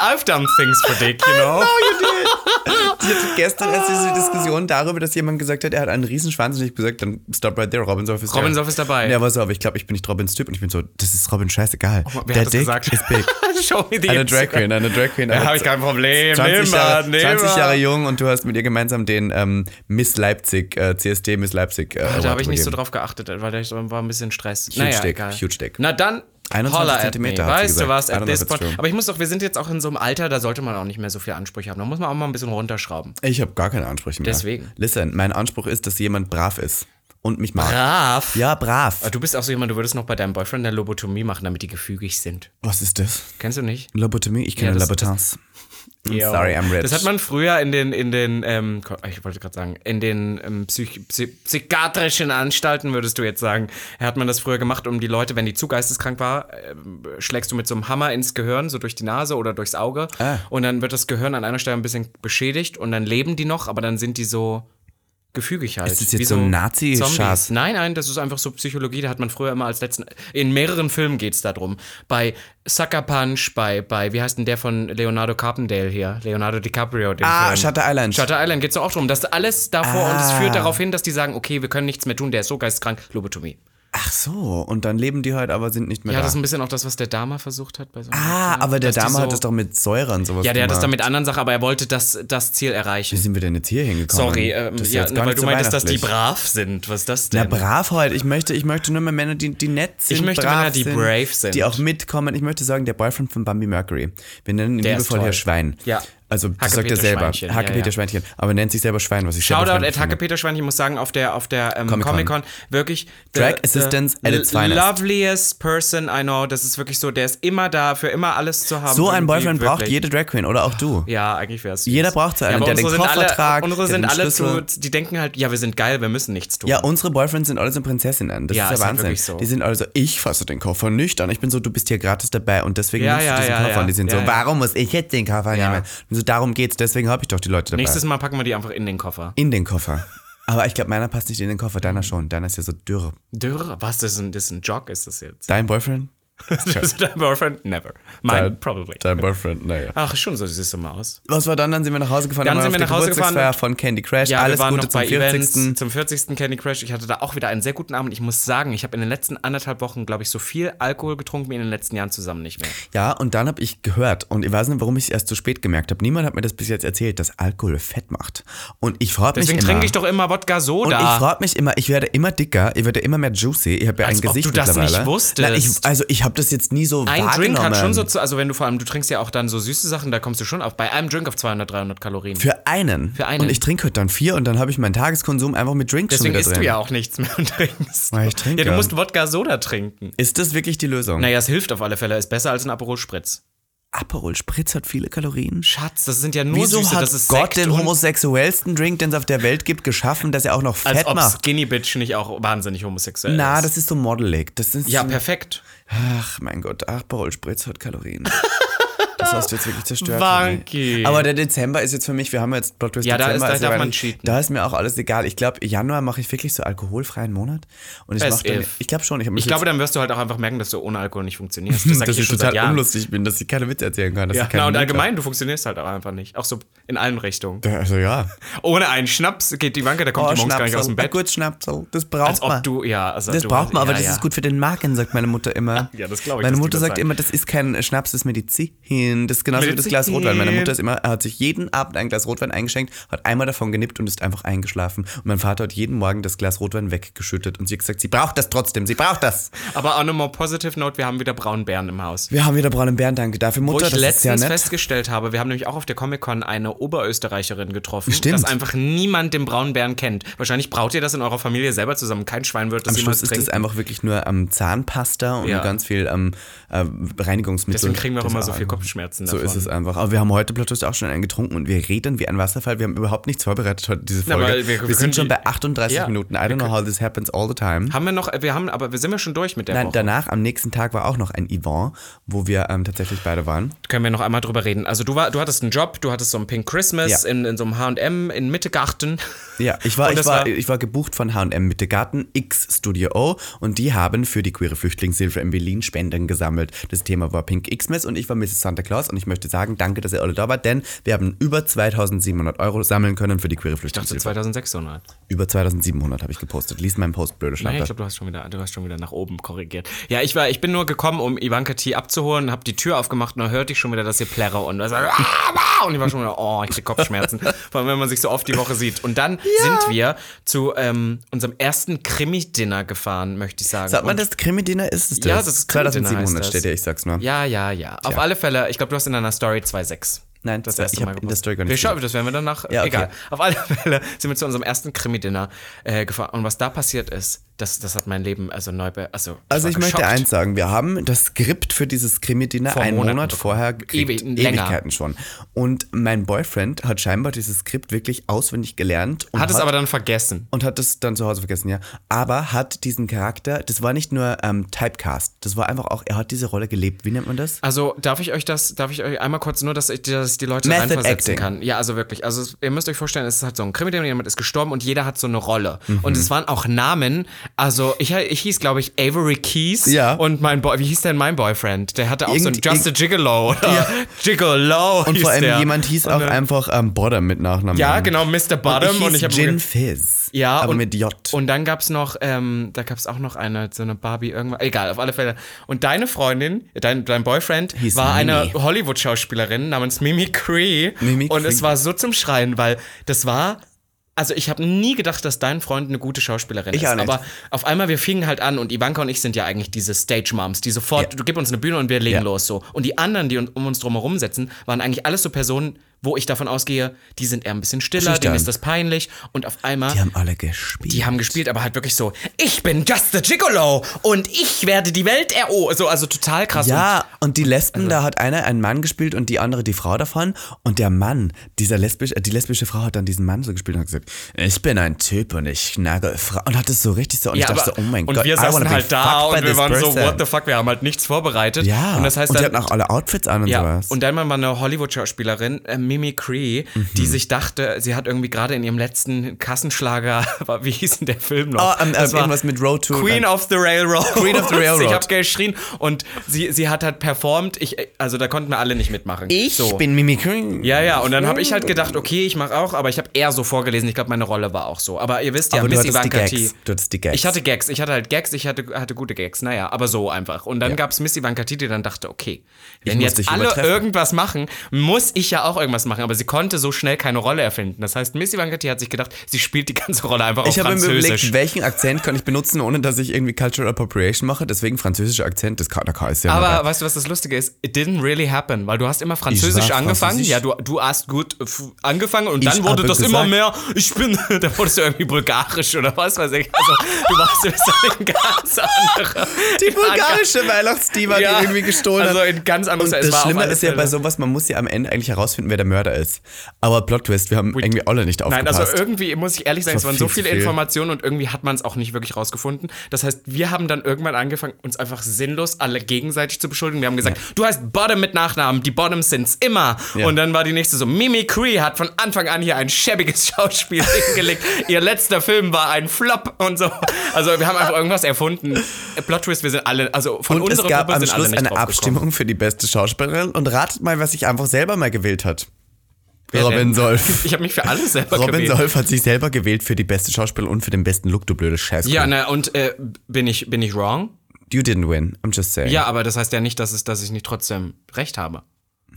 Speaker 1: I've done things for dick, you know?
Speaker 2: you did. Ich hatte gestern erst diese Diskussion darüber, dass jemand gesagt hat, er hat einen Riesenschwanz und ich hab gesagt, dann stop right there, Robin Soff ist
Speaker 1: Robin
Speaker 2: dabei.
Speaker 1: Soff ist dabei.
Speaker 2: Und er war so, aber ich glaube, ich bin nicht Robins Typ und ich bin so, das ist Robin scheißegal.
Speaker 1: Oh, Wer
Speaker 2: Der
Speaker 1: hat das
Speaker 2: Dick
Speaker 1: gesagt?
Speaker 2: ist big.
Speaker 1: Show me the
Speaker 2: Eine
Speaker 1: Instagram.
Speaker 2: Drag Queen, eine Drag Queen.
Speaker 1: Da
Speaker 2: aber
Speaker 1: habe ich kein Problem.
Speaker 2: 20
Speaker 1: Nimm
Speaker 2: Jahre,
Speaker 1: mal, nimm
Speaker 2: 20
Speaker 1: mal.
Speaker 2: Jahre jung und du hast mit ihr gemeinsam den ähm, Miss Leipzig, äh, CSD Miss Leipzig. Äh,
Speaker 1: Da habe ich nicht so
Speaker 2: übergeben.
Speaker 1: drauf geachtet, weil da war ein bisschen Stress. Huge
Speaker 2: Dick, huge Dick.
Speaker 1: Na dann.
Speaker 2: 21
Speaker 1: holla at me.
Speaker 2: Zentimeter, hat sie
Speaker 1: Weißt du
Speaker 2: gesagt.
Speaker 1: was,
Speaker 2: I don't
Speaker 1: at
Speaker 2: know
Speaker 1: this
Speaker 2: if it's
Speaker 1: point.
Speaker 2: true.
Speaker 1: Aber ich muss doch, wir sind jetzt auch in so einem Alter, da sollte man auch nicht mehr so viel Ansprüche haben. Da muss man auch mal ein bisschen runterschrauben.
Speaker 2: Ich habe gar keine Ansprüche mehr.
Speaker 1: Deswegen.
Speaker 2: Listen, mein Anspruch ist, dass jemand brav ist und mich mag.
Speaker 1: Brav. Äh,
Speaker 2: Ja, brav.
Speaker 1: Du bist auch so jemand, du würdest noch bei deinem Boyfriend eine Lobotomie machen, damit die gefügig sind.
Speaker 2: Was ist das?
Speaker 1: Kennst du nicht?
Speaker 2: Lobotomie? Ich kenne
Speaker 1: Ja, das-
Speaker 2: Labotins. Sorry, I'm rich.
Speaker 1: Das hat man früher in den, in den, ähm, ich wollte gerade sagen, in den ähm, psych, psy- psychiatrischen Anstalten, würdest du jetzt sagen, hat man das früher gemacht, um die Leute, wenn die zu geisteskrank war, ähm, schlägst du mit so einem Hammer ins Gehirn, so durch die Nase oder durchs Auge.
Speaker 2: Ah.
Speaker 1: Und dann wird das Gehirn an einer Stelle ein bisschen beschädigt und dann leben die noch, aber dann sind die so gefügig halt.
Speaker 2: Ist das jetzt so ein Nazi-Schatz?
Speaker 1: Zombies. Nein, nein, das ist einfach so Psychologie, da hat man früher immer als letzten, in mehreren Filmen geht's darum. Bei Sucker Punch, bei, bei, wie heißt denn der von Leonardo Carpendale hier? Leonardo DiCaprio, den
Speaker 2: Ah,
Speaker 1: Film.
Speaker 2: Shutter Island.
Speaker 1: Shutter Island geht's auch darum, dass alles davor und es
Speaker 2: Ah.
Speaker 1: führt darauf hin, dass die sagen, okay, wir können nichts mehr tun, der ist so geisteskrank, Lobotomie.
Speaker 2: Ach so, und dann leben die heute, aber sind nicht mehr
Speaker 1: Ja, das ist
Speaker 2: da.
Speaker 1: ein bisschen auch das, was der Dama versucht hat bei so einer
Speaker 2: Ah,
Speaker 1: Film,
Speaker 2: aber der
Speaker 1: dass die
Speaker 2: Dame
Speaker 1: so,
Speaker 2: hat das doch mit Säure und sowas
Speaker 1: Ja, der hat das
Speaker 2: gemacht.
Speaker 1: dann mit anderen Sachen, aber er wollte das, das Ziel
Speaker 2: Wie
Speaker 1: erreichen.
Speaker 2: sind wir denn jetzt hier hingekommen?
Speaker 1: Sorry, ähm,
Speaker 2: Das ist
Speaker 1: ja,
Speaker 2: jetzt gar
Speaker 1: weil
Speaker 2: nicht
Speaker 1: du
Speaker 2: so
Speaker 1: meintest, dass die
Speaker 2: weihnachtlich.
Speaker 1: brav sind. Was ist das
Speaker 2: Na,
Speaker 1: denn?
Speaker 2: brav heute. Ich möchte, ich möchte nur mal Männer, die, die nett sind.
Speaker 1: Ich möchte
Speaker 2: brav
Speaker 1: Männer, die
Speaker 2: sind,
Speaker 1: brave sind.
Speaker 2: Die auch mitkommen. Ich möchte sagen, der Boyfriend von Bambi Mercury. Wir nennen ihn
Speaker 1: Der ist
Speaker 2: liebevoll
Speaker 1: toll.
Speaker 2: Herr Schwein.
Speaker 1: Ja.
Speaker 2: Also, das sagt er selber.
Speaker 1: Hackepeter-Schweinchen,
Speaker 2: Hackepeter
Speaker 1: ja, ja.
Speaker 2: Schweinchen. Aber er nennt sich selber Schwein, was ich selber
Speaker 1: Shoutout
Speaker 2: fremd
Speaker 1: at
Speaker 2: finde.
Speaker 1: Hacke Peter Schwein. Ich muss sagen, auf der, auf der ähm,
Speaker 2: Comic-Con.
Speaker 1: Comic-Con wirklich the,
Speaker 2: Drag assistance
Speaker 1: the
Speaker 2: at its
Speaker 1: l-
Speaker 2: finest.
Speaker 1: loveliest person I know. Das ist wirklich so, der ist immer da, für immer alles zu haben.
Speaker 2: So einen
Speaker 1: Irgendwie,
Speaker 2: Boyfriend braucht
Speaker 1: wirklich.
Speaker 2: jede Drag Queen oder auch du.
Speaker 1: Ja, eigentlich wär's. süß.
Speaker 2: Jeder braucht so einen,
Speaker 1: aber
Speaker 2: der den
Speaker 1: unsere sind
Speaker 2: Koffer
Speaker 1: alle,
Speaker 2: tragt,
Speaker 1: Unsere
Speaker 2: der
Speaker 1: sind
Speaker 2: den
Speaker 1: alle zu,
Speaker 2: Schlüssel.
Speaker 1: die denken halt, ja, wir sind geil, wir müssen nichts tun.
Speaker 2: Ja, unsere Boyfriends sind alle so Prinzessinnen. Das
Speaker 1: Ja,
Speaker 2: ist
Speaker 1: ist
Speaker 2: ja
Speaker 1: halt
Speaker 2: Wahnsinn.
Speaker 1: wirklich so.
Speaker 2: Die sind also, ich fasse den Koffer nüchtern. Ich bin so, du bist hier gratis dabei und deswegen
Speaker 1: Ja,
Speaker 2: nimmst
Speaker 1: ja,
Speaker 2: du diesen
Speaker 1: ja,
Speaker 2: Koffer.
Speaker 1: ja.
Speaker 2: Und die sind
Speaker 1: Ja, ja.
Speaker 2: so, warum muss ich jetzt den Koffer
Speaker 1: Ja.
Speaker 2: nehmen? Und so, darum geht's, deswegen habe ich doch die Leute dabei.
Speaker 1: Nächstes Mal packen wir die einfach in den Koffer.
Speaker 2: in den Koffer. Aber ich glaube, meiner passt nicht in den Koffer, deiner schon. Deiner ist ja so dürr.
Speaker 1: Dürr, was, das ist ein, das ist ein Jog, ist das jetzt?
Speaker 2: Dein Boyfriend?
Speaker 1: Bist du dein Boyfriend? Never. Mine,
Speaker 2: Dein-
Speaker 1: probably.
Speaker 2: Dein Boyfriend, naja.
Speaker 1: Ach, schon so, siehst du mal aus.
Speaker 2: Was war dann? Dann sind wir nach Hause gefahren.
Speaker 1: Dann
Speaker 2: waren
Speaker 1: sind
Speaker 2: auf
Speaker 1: wir
Speaker 2: der
Speaker 1: nach Hause
Speaker 2: Geburtstagsfeier von Candy Crash.
Speaker 1: Ja,
Speaker 2: Alles
Speaker 1: wir waren
Speaker 2: Gute
Speaker 1: noch
Speaker 2: zum
Speaker 1: bei
Speaker 2: 40.
Speaker 1: Events, zum 40. Candy Crush. Ich hatte da auch wieder einen sehr guten Abend. Ich muss sagen, ich habe in den letzten anderthalb Wochen, glaube ich, so viel Alkohol getrunken wie in den letzten Jahren zusammen nicht mehr.
Speaker 2: Ja, und dann habe ich gehört, und ich weiß nicht, warum ich es erst zu spät gemerkt habe. Niemand hat mir das bis jetzt erzählt, dass Alkohol fett macht. Und ich frage mich
Speaker 1: Deswegen
Speaker 2: immer.
Speaker 1: trinke ich doch immer Wodka
Speaker 2: und ich
Speaker 1: Soda.
Speaker 2: frage mich immer, ich werde immer dicker, ich werde immer mehr juicy, ich habe ja
Speaker 1: Als
Speaker 2: ein
Speaker 1: ob
Speaker 2: Gesicht
Speaker 1: du das nicht
Speaker 2: mittlerweile.
Speaker 1: wusstest.
Speaker 2: Nein, ich, also ich habe das jetzt nie so
Speaker 1: Ein
Speaker 2: wahrgenommen.
Speaker 1: Drink hat schon so zu, also wenn du vor allem, du trinkst ja auch dann so süße Sachen, da kommst du schon auf, bei einem Drink auf 200, 300 Kalorien.
Speaker 2: für einen.
Speaker 1: Für einen.
Speaker 2: Und ich trinke heute dann vier und dann habe ich meinen Tageskonsum einfach mit Drinks schon
Speaker 1: Deswegen
Speaker 2: wieder
Speaker 1: isst
Speaker 2: drin.
Speaker 1: du ja auch nichts mehr und trinkst.
Speaker 2: Ja, ich trinke.
Speaker 1: Ja, du musst Wodka Soda trinken.
Speaker 2: Ist das wirklich die Lösung?
Speaker 1: Naja, es hilft auf alle Fälle, ist besser als ein Aperol Spritz.
Speaker 2: Aperol Spritz hat viele Kalorien.
Speaker 1: Schatz, das sind ja nur
Speaker 2: Wieso
Speaker 1: süße,
Speaker 2: hat
Speaker 1: das ist
Speaker 2: Gott
Speaker 1: Sekt
Speaker 2: den
Speaker 1: und-
Speaker 2: homosexuellsten Drink, den es auf der Welt gibt, geschaffen, dass er auch noch
Speaker 1: als
Speaker 2: fett
Speaker 1: ob
Speaker 2: macht?
Speaker 1: Skinny Bitch nicht auch wahnsinnig homosexuell
Speaker 2: Na,
Speaker 1: ist.
Speaker 2: das ist so modelig. Das ist
Speaker 1: ja,
Speaker 2: so,
Speaker 1: perfekt.
Speaker 2: Ach, mein Gott, Aperol Spritz hat Kalorien. Das hast du jetzt wirklich zerstört.
Speaker 1: Wanky.
Speaker 2: Ronny. Aber der Dezember ist jetzt für mich, wir haben jetzt Plot Twist
Speaker 1: Ja, da
Speaker 2: Dezember. also
Speaker 1: ist- da darf
Speaker 2: weil
Speaker 1: man
Speaker 2: ich-
Speaker 1: cheaten.
Speaker 2: Da ist mir auch alles egal. Ich glaube, Januar mache ich wirklich so alkoholfreien Monat. Und ich
Speaker 1: As
Speaker 2: mache dann,
Speaker 1: if.
Speaker 2: ich glaube schon, ich habe mich
Speaker 1: Ich
Speaker 2: Hm,
Speaker 1: glaube, dann wirst du halt auch einfach merken, dass du ohne Alkohol nicht funktionierst. Das sag
Speaker 2: dass
Speaker 1: ich dir
Speaker 2: ich
Speaker 1: schon seit
Speaker 2: total
Speaker 1: Jahren.
Speaker 2: unlustig bin, dass ich keine Witze erzählen kann. Dass
Speaker 1: Ja,
Speaker 2: ich keine
Speaker 1: na, und
Speaker 2: Mimik
Speaker 1: allgemein, du funktionierst halt auch einfach nicht. Auch so in allen Richtungen.
Speaker 2: hab. Also ja.
Speaker 1: Ohne einen Schnaps geht die Wanke, da kommt
Speaker 2: Oh,
Speaker 1: die morgens gar nicht
Speaker 2: Schnapsel,
Speaker 1: aus dem Bett.
Speaker 2: Gut, Schnapsel. Das braucht
Speaker 1: Als
Speaker 2: man.
Speaker 1: ob du, ja. Also
Speaker 2: Das
Speaker 1: du,
Speaker 2: braucht man, aber
Speaker 1: ja,
Speaker 2: das
Speaker 1: ja.
Speaker 2: ist gut für den Magen, sagt meine Mutter immer.
Speaker 1: Ja, das glaub ich,
Speaker 2: Meine
Speaker 1: dass die
Speaker 2: Mutter
Speaker 1: das
Speaker 2: sagt
Speaker 1: sagen.
Speaker 2: immer, das ist kein Schnaps, das ist Medizin. Das ist genauso wie das Glas
Speaker 1: Medizin.
Speaker 2: Rotwein. Meine Mutter ist immer, hat sich jeden Abend ein Glas Rotwein eingeschenkt, hat einmal davon genippt und ist einfach eingeschlafen. Und mein Vater hat jeden Morgen das Glas Rotwein weggeschüttet und sie hat gesagt, sie braucht das trotzdem, sie braucht das.
Speaker 1: Aber on a more positive note, wir haben wieder Braunbären im Haus.
Speaker 2: Wir haben wieder braunen Bären, danke dafür,
Speaker 1: Wo
Speaker 2: Mutter.
Speaker 1: ich
Speaker 2: das ist ja
Speaker 1: letztens
Speaker 2: nett.
Speaker 1: festgestellt habe, wir haben nämlich auch auf der Comic-Con eine Oberösterreicherin getroffen,
Speaker 2: Stimmt.
Speaker 1: dass einfach niemand den Braunbären kennt. Wahrscheinlich braut ihr das in eurer Familie selber zusammen. Kein Schwein wird das
Speaker 2: Am
Speaker 1: jemals
Speaker 2: Schluss ist
Speaker 1: trinken.
Speaker 2: es einfach wirklich nur ähm, Zahnpasta und
Speaker 1: Ja.
Speaker 2: ganz viel ähm, äh, Reinigungsmittel.
Speaker 1: Deswegen kriegen wir auch
Speaker 2: Das
Speaker 1: immer
Speaker 2: war
Speaker 1: so viel
Speaker 2: einfach-
Speaker 1: Kopfschmerzen
Speaker 2: So
Speaker 1: davon.
Speaker 2: ist es einfach. Aber wir haben heute plötzlich auch schon einen getrunken und wir reden wie ein Wasserfall. Wir haben überhaupt nichts vorbereitet heute, diese
Speaker 1: Na,
Speaker 2: Folge.
Speaker 1: weil wir- wir
Speaker 2: wir,
Speaker 1: können
Speaker 2: sind schon
Speaker 1: die-
Speaker 2: bei 38
Speaker 1: Ja,
Speaker 2: Minuten. I
Speaker 1: wir
Speaker 2: don't know how this happens all the time.
Speaker 1: Haben wir noch, wir haben, aber wir sind ja schon durch mit der
Speaker 2: Nein,
Speaker 1: Woche.
Speaker 2: danach, am nächsten Tag war auch noch ein Yvonne, wo wir ähm, tatsächlich beide waren.
Speaker 1: Können wir noch einmal drüber reden. Also du, war, du hattest einen Job, du hattest so einen Pink Christmas
Speaker 2: Ja.
Speaker 1: in, in so einem H&M in Mittegarten.
Speaker 2: Ja, ich war,
Speaker 1: Und
Speaker 2: ich
Speaker 1: das
Speaker 2: war,
Speaker 1: war-
Speaker 2: ich war gebucht von H&M Mittegarten X Studio O und die haben für die queere Flüchtlingshilfe in Berlin Spenden gesammelt. Das Thema war Pink X-Mess und ich war Mrs. Santa Claus und ich möchte sagen, danke, dass ihr alle da wart, denn wir haben über 2700 Euro sammeln können für die queere
Speaker 1: Ich dachte
Speaker 2: Flüchtlingshilfe.
Speaker 1: 2600.
Speaker 2: Über 2700 habe ich gepostet. Lies meinen Post, blöde Schlampe.
Speaker 1: Naja, ich glaube, du hast schon wieder, du hast schon wieder nach oben korrigiert. Ja, ich war, ich bin nur gekommen, um Ivanka T abzuholen, habe die Tür aufgemacht und da hörte ich schon wieder das Geplärre und was, und ich war schon wieder, oh, ich krieg Kopfschmerzen, vor allem wenn man sich so oft die Woche sieht. Und dann sind wir zu ähm, unserem ersten Krimi-Dinner gefahren, möchte ich sagen.
Speaker 2: Sagt man
Speaker 1: und,
Speaker 2: das Krimi-Dinner? Ist es das?
Speaker 1: Ja, das ist Krimi-Dinner
Speaker 2: 2700
Speaker 1: heißt
Speaker 2: steht ja, ich sag's nur.
Speaker 1: ja, ja, ja. Auf alle Fälle, ich glaube, du hast in deiner Story 2,6.
Speaker 2: Nein,
Speaker 1: das
Speaker 2: zwei-
Speaker 1: erste
Speaker 2: ich
Speaker 1: Mal
Speaker 2: hab in
Speaker 1: gepostet.
Speaker 2: der Story gar nicht
Speaker 1: Wir schauen,
Speaker 2: gesehen.
Speaker 1: das werden wir danach.
Speaker 2: Ja, okay.
Speaker 1: Egal. Auf alle Fälle sind wir zu unserem ersten Krimi-Dinner äh, gefahren. Und was da passiert ist, das, das hat mein Leben also neu be also,
Speaker 2: Also
Speaker 1: war
Speaker 2: ich möchte
Speaker 1: geschockt.
Speaker 2: eins sagen, wir haben das Skript für dieses Krimi-Dinner
Speaker 1: Vor
Speaker 2: einen
Speaker 1: Monaten
Speaker 2: Monat
Speaker 1: bekommen.
Speaker 2: vorher gekriegt,
Speaker 1: Ewig- länger.
Speaker 2: Ewigkeiten schon. Und mein Boyfriend hat scheinbar dieses Skript wirklich auswendig gelernt. Und
Speaker 1: Hat es aber dann vergessen.
Speaker 2: und hat das dann zu Hause vergessen, ja. Aber hat diesen Charakter, das war nicht nur ähm, Typecast, das war einfach auch, er hat diese Rolle gelebt. Wie nennt man das?
Speaker 1: Also darf ich euch das, darf ich euch einmal kurz nur, dass ich, dass ich die Leute
Speaker 2: Method
Speaker 1: reinversetzen
Speaker 2: acting.
Speaker 1: kann. Ja, also wirklich. Also es- ihr müsst euch vorstellen, es ist halt so ein Krimi, jemand ist gestorben und jeder hat so eine Rolle.
Speaker 2: Mhm.
Speaker 1: Und es waren auch Namen. Also ich, ich hieß, glaube ich, Avery Keys.
Speaker 2: Ja.
Speaker 1: Und mein Boy, wie hieß denn mein Boyfriend? Der hatte auch
Speaker 2: Irgend-
Speaker 1: so ein Just a Gigolo oder Gigolo.
Speaker 2: Und vor allem
Speaker 1: der.
Speaker 2: jemand hieß auch einfach ähm, Bottom mit Nachnamen.
Speaker 1: Ja, genau, Mr. Bottom.
Speaker 2: Und ich hieß
Speaker 1: hab mir
Speaker 2: Gin
Speaker 1: ge-
Speaker 2: Fizz.
Speaker 1: ja,
Speaker 2: aber
Speaker 1: und,
Speaker 2: mit J.
Speaker 1: Und dann gab's noch, ähm, da gab's auch noch eine, so eine Barbie irgendwann. Egal, auf alle Fälle. Und deine Freundin, dein, dein Boyfriend,
Speaker 2: Hieß
Speaker 1: war
Speaker 2: Mimi.
Speaker 1: eine Hollywood-Schauspielerin namens Mimi Cree.
Speaker 2: Mimi
Speaker 1: und
Speaker 2: Cree.
Speaker 1: es war so zum Schreien, weil das war. Also ich habe nie gedacht, dass dein Freund eine gute Schauspielerin
Speaker 2: Ich
Speaker 1: ist.
Speaker 2: auch nicht.
Speaker 1: Aber auf einmal, wir fingen halt an und Ivanka und ich sind ja eigentlich diese Stage-Moms, die sofort, du gib uns eine Bühne und wir legen
Speaker 2: Ja.
Speaker 1: los so. Und die anderen, die un- um uns drumherum sitzen, waren eigentlich alles so Personen, wo ich davon ausgehe, die sind eher ein bisschen stiller,
Speaker 2: Schüchtern.
Speaker 1: denen ist das peinlich. Und auf einmal
Speaker 2: die haben alle gespielt.
Speaker 1: die haben gespielt, aber halt wirklich so, ich bin Just the Gigolo und ich werde die Welt erobern. So, also total krass.
Speaker 2: Ja, und die Lesben,
Speaker 1: also
Speaker 2: da hat einer einen Mann gespielt und die andere die Frau davon. Und der Mann, dieser lesbisch, äh, die lesbische Frau hat dann diesen Mann so gespielt und hat gesagt, ich bin ein Typ und ich nagel Frau. Und hat das so richtig so.
Speaker 1: Und,
Speaker 2: Und ich
Speaker 1: ja,
Speaker 2: dachte
Speaker 1: aber,
Speaker 2: so, oh mein
Speaker 1: und
Speaker 2: Gott, I
Speaker 1: wir
Speaker 2: wanna
Speaker 1: saßen
Speaker 2: be
Speaker 1: halt da
Speaker 2: fucked by
Speaker 1: und wir
Speaker 2: this
Speaker 1: waren so,
Speaker 2: person.
Speaker 1: what the fuck, wir haben halt nichts vorbereitet.
Speaker 2: Ja,
Speaker 1: Und das heißt
Speaker 2: und die
Speaker 1: dann,
Speaker 2: hatten auch alle Outfits an und
Speaker 1: ja,
Speaker 2: sowas.
Speaker 1: und dann war eine Hollywood-Schauspielerin, äh, Mimi Cree,
Speaker 2: Mhm.
Speaker 1: die sich dachte, sie hat irgendwie gerade in ihrem letzten Kassenschlager, wie hieß denn der Film noch?
Speaker 2: Oh, ähm,
Speaker 1: Das
Speaker 2: ähm,
Speaker 1: war
Speaker 2: irgendwas mit Road to
Speaker 1: Queen of the Railroad.
Speaker 2: Queen of the Railroad.
Speaker 1: ich hab geschrien und sie, sie hat halt performt, ich, äh, also da konnten wir alle nicht mitmachen.
Speaker 2: ich
Speaker 1: so.
Speaker 2: bin Mimi Green.
Speaker 1: Ja, ja, und dann habe ich halt gedacht, okay, ich mache auch, aber ich habe eher so vorgelesen. Ich glaube, meine Rolle war auch so. Aber ihr wisst ja,
Speaker 2: Aber du
Speaker 1: Miss
Speaker 2: hattest die
Speaker 1: Ivanka T.
Speaker 2: Gags. Du hattest die Gags.
Speaker 1: Ich hatte Gags, ich hatte halt Gags, ich hatte, hatte gute Gags, naja, aber so einfach. Und dann gab's Miss Ivanka T, die dann dachte, okay, wenn
Speaker 2: muss
Speaker 1: jetzt
Speaker 2: dich
Speaker 1: alle
Speaker 2: übertreffen.
Speaker 1: irgendwas machen, muss ich ja auch irgendwas machen. Aber sie konnte so schnell keine Rolle erfinden. Das heißt, Miss Ivanka T hat sich gedacht, sie spielt die ganze Rolle einfach auf
Speaker 2: Ich habe mir
Speaker 1: Französisch.
Speaker 2: überlegt, welchen Akzent kann ich benutzen, ohne dass ich irgendwie Cultural Appropriation mache. Deswegen französischer Akzent, das kann, da kann ich ja
Speaker 1: Aber weißt du, was das Lustige ist? It didn't really happen, weil du hast immer Französisch
Speaker 2: sag
Speaker 1: angefangen.
Speaker 2: Französisch.
Speaker 1: Ja, du, du hast gut äh, f- angefangen und dann
Speaker 2: Ich
Speaker 1: wurde
Speaker 2: habe
Speaker 1: das immer
Speaker 2: gesagt-
Speaker 1: mehr. Ich bin, da wurdest du irgendwie bulgarisch oder was weiß ich. Also, du warst so ein ganz anderer.
Speaker 2: die bulgarische Weihnachtsdiva,
Speaker 1: Ja,
Speaker 2: die irgendwie gestohlen
Speaker 1: also
Speaker 2: hat.
Speaker 1: in ganz anderes
Speaker 2: Und
Speaker 1: es war
Speaker 2: das
Speaker 1: auf
Speaker 2: Schlimme
Speaker 1: alle
Speaker 2: ist ja bei
Speaker 1: Fälle-
Speaker 2: sowas, man muss ja am Ende eigentlich herausfinden, wer der Mörder ist. Aber Plot Twist, wir haben irgendwie alle nicht aufgepasst.
Speaker 1: Nein, also irgendwie muss ich ehrlich sagen,
Speaker 2: Das
Speaker 1: es
Speaker 2: war
Speaker 1: waren so
Speaker 2: viel
Speaker 1: viele
Speaker 2: zu viel.
Speaker 1: Informationen und irgendwie hat man es auch nicht wirklich rausgefunden. Das heißt, wir haben dann irgendwann angefangen, uns einfach sinnlos alle gegenseitig zu beschuldigen. Wir haben gesagt, du heißt Bottom mit Nachnamen, die Bottoms sind's immer. Und dann war die nächste so, Mimi Cree hat von Anfang an hier ein schäbiges Schauspiel hingelegt. Ihr letzter Film war ein Flop und so. Also wir haben einfach irgendwas erfunden. Äh, Plot Twist, wir sind alle, also von
Speaker 2: und es
Speaker 1: unserer
Speaker 2: gab
Speaker 1: Gruppe
Speaker 2: am
Speaker 1: sind alle
Speaker 2: Schluss
Speaker 1: nicht
Speaker 2: eine
Speaker 1: draufgekommen.
Speaker 2: Abstimmung für die beste Schauspielerin und ratet mal, was sich einfach selber mal gewählt hat.
Speaker 1: Wer
Speaker 2: Robin
Speaker 1: denn?
Speaker 2: Solf.
Speaker 1: Ich habe mich für alles selber
Speaker 2: Robin
Speaker 1: gewählt.
Speaker 2: Solf hat sich selber gewählt für die beste Schauspielerin und für den besten Look, du blöde Scheiße.
Speaker 1: Ja, na und äh, bin ich bin ich wrong?
Speaker 2: You didn't win, I'm just saying.
Speaker 1: Ja, aber das heißt ja nicht, dass, es, dass ich nicht trotzdem recht habe.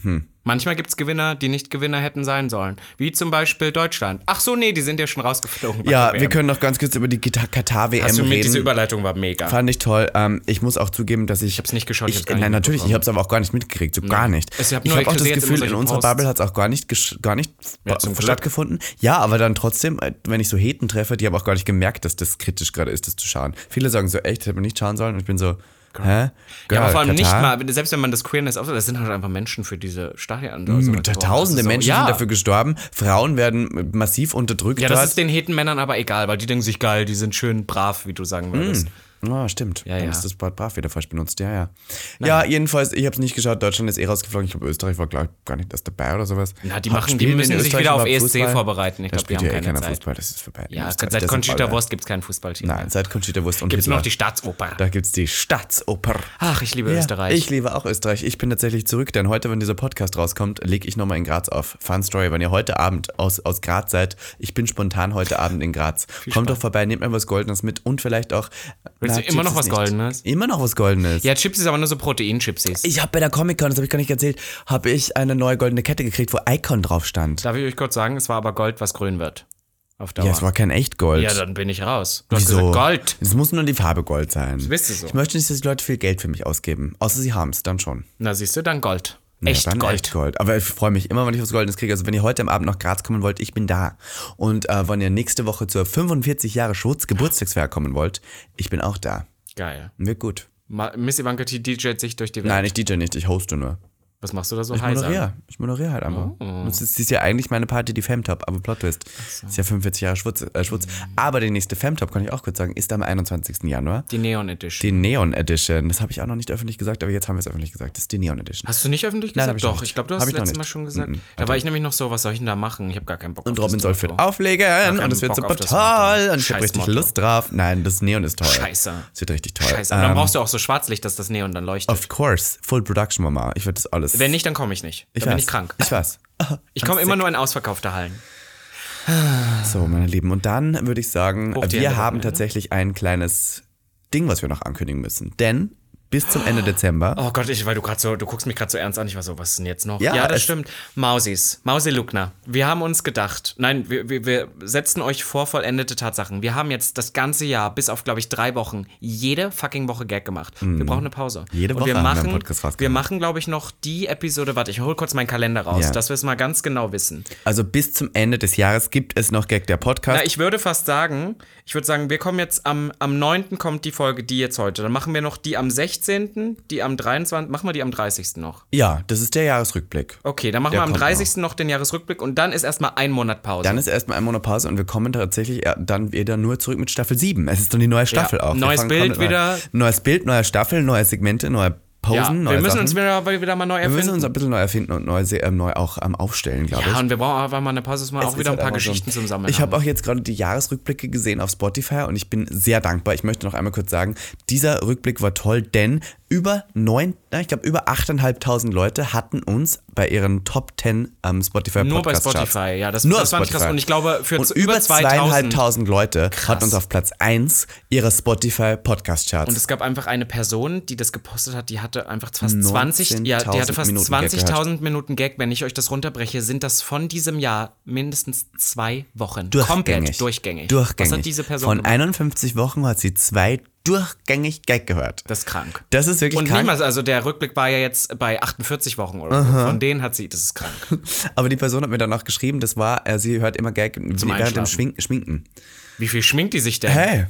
Speaker 2: Hm.
Speaker 1: Manchmal gibt's Gewinner, die nicht Gewinner hätten sein sollen. Wie zum Beispiel Deutschland. Ach so, nee, die sind ja schon rausgeflogen. bei
Speaker 2: Ja,
Speaker 1: der
Speaker 2: wir
Speaker 1: WM.
Speaker 2: können noch ganz kurz über die Gita- Katar-WM
Speaker 1: Hast du mit, diese
Speaker 2: reden.
Speaker 1: Überleitung war mega.
Speaker 2: Fand ich toll. Ähm, ich muss auch zugeben, dass ich. Ich
Speaker 1: hab's nicht geschaut, ich
Speaker 2: Ich,
Speaker 1: hab's gar nicht
Speaker 2: nein, natürlich, ich
Speaker 1: mitbekommen.
Speaker 2: hab's aber auch gar nicht mitgekriegt. So gar nicht.
Speaker 1: Es- ich hab
Speaker 2: ich
Speaker 1: nur-
Speaker 2: habe auch
Speaker 1: ich
Speaker 2: das
Speaker 1: sehe jetzt immer
Speaker 2: Gefühl, in
Speaker 1: solche
Speaker 2: unserer
Speaker 1: Posts.
Speaker 2: Bubble hat's auch gar nicht, gesch- gar nicht
Speaker 1: Ja,
Speaker 2: ba-
Speaker 1: zum Glück.
Speaker 2: stattgefunden. Ja, aber dann trotzdem, äh, wenn ich so Heten treffe, die haben auch gar nicht gemerkt, dass das kritisch gerade ist, das zu schauen. Viele sagen so, echt, hätte man nicht schauen sollen. Und ich bin so, hä? Girl,
Speaker 1: Genau. ja, aber vor allem
Speaker 2: Katar?
Speaker 1: nicht mal, selbst wenn man das Queerness aufsetzt, das sind halt einfach Menschen für diese Stadien. also
Speaker 2: Mit Hm, Tausende
Speaker 1: das ist so-
Speaker 2: Menschen
Speaker 1: ja.
Speaker 2: sind dafür gestorben. Frauen werden massiv unterdrückt.
Speaker 1: Ja, das
Speaker 2: dort.
Speaker 1: ist den Hetenmännern aber egal, weil die denken sich geil, die sind schön brav, wie du sagen würdest.
Speaker 2: Ah, stimmt.
Speaker 1: Ja,
Speaker 2: Dann
Speaker 1: ja.
Speaker 2: ist das Wort brav wieder falsch benutzt. Ja, ja. Ja, jedenfalls, ich habe es nicht geschaut. Deutschland ist eh rausgeflogen. Ich glaube, Österreich war glaub, ich, gar nicht erst dabei oder sowas.
Speaker 1: Na, die
Speaker 2: Hat-
Speaker 1: machen- die
Speaker 2: spielen in
Speaker 1: müssen sich
Speaker 2: Österreich
Speaker 1: wieder auf
Speaker 2: überhaupt
Speaker 1: ESC vorbereiten. Ich
Speaker 2: da
Speaker 1: glaub, die
Speaker 2: spielt
Speaker 1: haben
Speaker 2: ja eh
Speaker 1: keine
Speaker 2: keiner
Speaker 1: Zeit.
Speaker 2: Fußball. Das ist vorbei.
Speaker 1: Ja,
Speaker 2: Das
Speaker 1: seit,
Speaker 2: ist
Speaker 1: seit
Speaker 2: das
Speaker 1: Conchita
Speaker 2: Ball,
Speaker 1: Wurst gibt es kein Fußballteam.
Speaker 2: Nein, seit Conchita Wurst und
Speaker 1: Gibt es nur
Speaker 2: Hitler.
Speaker 1: noch die Staatsoper.
Speaker 2: Da gibt es die Staatsoper.
Speaker 1: Ach, ich liebe
Speaker 2: Ja,
Speaker 1: Österreich.
Speaker 2: Ich liebe auch Österreich. Ich bin tatsächlich zurück, denn heute, wenn dieser Podcast rauskommt, lege ich nochmal in Graz auf. Fun Story, wenn ihr heute Abend aus, aus Graz seid, ich bin spontan heute Abend in Graz. Kommt doch vorbei, nehmt mir was Goldenes mit und vielleicht auch.
Speaker 1: Willst du immer
Speaker 2: na, Chips
Speaker 1: noch
Speaker 2: ist
Speaker 1: was Goldenes?
Speaker 2: Immer noch was Goldenes.
Speaker 1: ja, Chips ist aber nur so Protein-Chipsies.
Speaker 2: Ich habe bei der Comic-Con, das habe ich gar nicht erzählt, habe ich eine neue goldene Kette gekriegt, wo Icon drauf stand.
Speaker 1: Darf ich euch kurz sagen, es war aber Gold, was grün wird. Auf Dauer.
Speaker 2: Ja, es war kein echt Gold.
Speaker 1: ja, dann bin ich raus. Du hast
Speaker 2: Wieso?
Speaker 1: gesagt Gold.
Speaker 2: Es muss nur die Farbe Gold sein. Das
Speaker 1: bist du so.
Speaker 2: Ich möchte nicht, dass die Leute viel Geld für mich ausgeben. Außer sie haben es, dann schon.
Speaker 1: Na, siehst du, dann Gold. echt
Speaker 2: dann
Speaker 1: Gold.
Speaker 2: Echt Gold. Aber ich freue mich immer, wenn ich was Goldenes kriege. Also wenn ihr heute am Abend nach Graz kommen wollt, ich bin da. Und äh, wenn ihr nächste Woche zur 45 Jahre Schutz Geburtstagsfeier kommen wollt, ich bin auch da.
Speaker 1: Geil.
Speaker 2: Wird gut.
Speaker 1: Ma Miss Ivanka T DJt sich durch die Welt.
Speaker 2: Nein, ich DJ nicht, ich hoste nur.
Speaker 1: Was machst du da so
Speaker 2: Ich
Speaker 1: heiser? Oh.
Speaker 2: moderiere. Ich moderiere halt einfach. Das ist, das ist ja eigentlich meine Party, die Femtop, aber Plot Twist. Ist ja 45 Jahre Schwutz. Äh, Schwutz. Aber die nächste Femtop, kann ich auch kurz sagen, ist am 21. Januar.
Speaker 1: Die Neon Edition.
Speaker 2: Die Neon Edition. Das habe ich auch noch nicht öffentlich gesagt, aber jetzt haben wir es öffentlich gesagt. Das ist die Neon Edition.
Speaker 1: Hast du nicht öffentlich
Speaker 2: Nein,
Speaker 1: gesagt?
Speaker 2: hab ich noch
Speaker 1: Doch,
Speaker 2: nicht.
Speaker 1: ich glaube, du
Speaker 2: Hab
Speaker 1: hast
Speaker 2: ich noch
Speaker 1: letztes
Speaker 2: nicht.
Speaker 1: Mal schon gesagt.
Speaker 2: Mhm.
Speaker 1: da war ich nämlich noch so, was soll ich denn da machen? Ich habe gar keinen Bock
Speaker 2: Und
Speaker 1: auf
Speaker 2: Robin
Speaker 1: das
Speaker 2: soll
Speaker 1: Motto.
Speaker 2: für auflegen
Speaker 1: keinen
Speaker 2: und es wird
Speaker 1: Bock
Speaker 2: super
Speaker 1: auf das Motto.
Speaker 2: toll und ich habe
Speaker 1: Scheiß
Speaker 2: richtig
Speaker 1: Motto.
Speaker 2: Lust drauf. Nein, das Neon ist toll.
Speaker 1: Scheiße.
Speaker 2: Es wird richtig toll.
Speaker 1: Scheiße. Und dann
Speaker 2: Ähm,
Speaker 1: brauchst du auch so Schwarzlicht, dass das Neon dann leuchtet.
Speaker 2: Of course, Full Production Mama. Ich werde das alles.
Speaker 1: Wenn nicht, dann komme ich nicht. Dann
Speaker 2: ich
Speaker 1: bin
Speaker 2: weiß.
Speaker 1: ich krank.
Speaker 2: Ich weiß.
Speaker 1: Ich komme immer nur in ausverkaufte Hallen.
Speaker 2: So, meine Lieben. Und dann würde ich sagen,
Speaker 1: Hoch die
Speaker 2: wir
Speaker 1: Hände,
Speaker 2: haben
Speaker 1: Wochenende.
Speaker 2: tatsächlich ein kleines Ding, was wir noch ankündigen müssen. Denn bis zum Ende Dezember.
Speaker 1: Oh Gott, ich, weil du gerade so, du guckst mich gerade so ernst an. Ich war so, was ist denn jetzt noch?
Speaker 2: Ja,
Speaker 1: Ja, das
Speaker 2: es-
Speaker 1: stimmt. Mausis, Mausi Lugner. Wir haben uns gedacht, nein, wir, wir, wir setzen euch vor vollendete Tatsachen. Wir haben jetzt das ganze Jahr, bis auf glaube ich drei Wochen, jede fucking Woche Gag gemacht. Wir brauchen eine Pause.
Speaker 2: Mhm. Jede
Speaker 1: Und wir
Speaker 2: Woche haben wir
Speaker 1: machen,
Speaker 2: einen Podcast rausgebracht.
Speaker 1: Wir machen, glaube ich, noch die Episode. Warte, ich hole kurz meinen Kalender raus,
Speaker 2: Ja.
Speaker 1: dass wir es mal ganz genau wissen.
Speaker 2: Also bis zum Ende des Jahres gibt es noch Gag der Podcast.
Speaker 1: Na, ich würde fast sagen, ich würde sagen, wir kommen jetzt am, am 9. kommt die Folge, die jetzt heute. Dann machen wir noch die am 16., die am 23., machen wir die am 30. noch.
Speaker 2: ja, das ist der Jahresrückblick.
Speaker 1: Okay, dann machen
Speaker 2: Der
Speaker 1: wir am
Speaker 2: kommt
Speaker 1: 30. noch den Jahresrückblick und dann ist erstmal ein Monat Pause.
Speaker 2: Dann ist erstmal ein Monat Pause und wir kommen tatsächlich eher- dann wieder nur zurück mit Staffel 7. Es ist dann die neue Staffel
Speaker 1: Ja,
Speaker 2: auch. Wir
Speaker 1: neues
Speaker 2: fangen
Speaker 1: Bild
Speaker 2: komplett neu-
Speaker 1: wieder.
Speaker 2: Neues Bild, neue Staffel, neue Segmente, neue Posen,
Speaker 1: ja,
Speaker 2: neue
Speaker 1: wir müssen
Speaker 2: Sachen.
Speaker 1: uns wieder, wieder mal neu
Speaker 2: wir müssen
Speaker 1: erfinden.
Speaker 2: uns ein bisschen neu erfinden und neu, se- ähm, neu auch ähm, aufstellen, glaube ich.
Speaker 1: ja, und wir brauchen einfach mal eine Pause, dass wir
Speaker 2: Es
Speaker 1: auch
Speaker 2: ist
Speaker 1: wieder ein
Speaker 2: halt
Speaker 1: paar
Speaker 2: einfach so.
Speaker 1: Geschichten zum Sammeln
Speaker 2: Ich habe
Speaker 1: haben.
Speaker 2: auch jetzt gerade die Jahresrückblicke gesehen auf Spotify und ich bin sehr dankbar. Ich möchte noch einmal kurz sagen, dieser Rückblick war toll, denn über neun, na, ich glaube über 8.500 Leute hatten uns bei ihren Top 10 ähm, Spotify
Speaker 1: Nur bei
Speaker 2: Podcast-Charts.
Speaker 1: Spotify, ja, das-
Speaker 2: Nur
Speaker 1: das
Speaker 2: auf
Speaker 1: fand ich krass.
Speaker 2: Spotify.
Speaker 1: Und ich glaube, für
Speaker 2: und
Speaker 1: zu-
Speaker 2: über
Speaker 1: über 2000
Speaker 2: 2.500 Leute hatten uns auf Platz 1 ihrer Spotify Podcast Charts.
Speaker 1: Und es gab einfach eine Person, die das gepostet hat, die hatte einfach fast 20, ja, die hatte
Speaker 2: 19.000
Speaker 1: fast
Speaker 2: Minuten Gag
Speaker 1: 20.000 Minuten Gag. Wenn ich euch das runterbreche, sind das von diesem Jahr mindestens zwei Wochen. Komplett durchgängig.
Speaker 2: Durchgängig.
Speaker 1: Was hat diese Person
Speaker 2: Von
Speaker 1: gemacht?
Speaker 2: 51 Wochen hat sie zwei durchgängig Gag gehört.
Speaker 1: Das ist krank.
Speaker 2: Das ist wirklich
Speaker 1: Und
Speaker 2: krank.
Speaker 1: niemals, also der Rückblick war ja jetzt bei 48 Wochen oder so. Von denen hat sie, das ist krank.
Speaker 2: Aber die Person hat mir danach geschrieben, das war, äh, sie hört immer Gag während dem
Speaker 1: Einschlafen.
Speaker 2: Schwink Schminken.
Speaker 1: Wie viel schminkt die sich denn?
Speaker 2: Hey,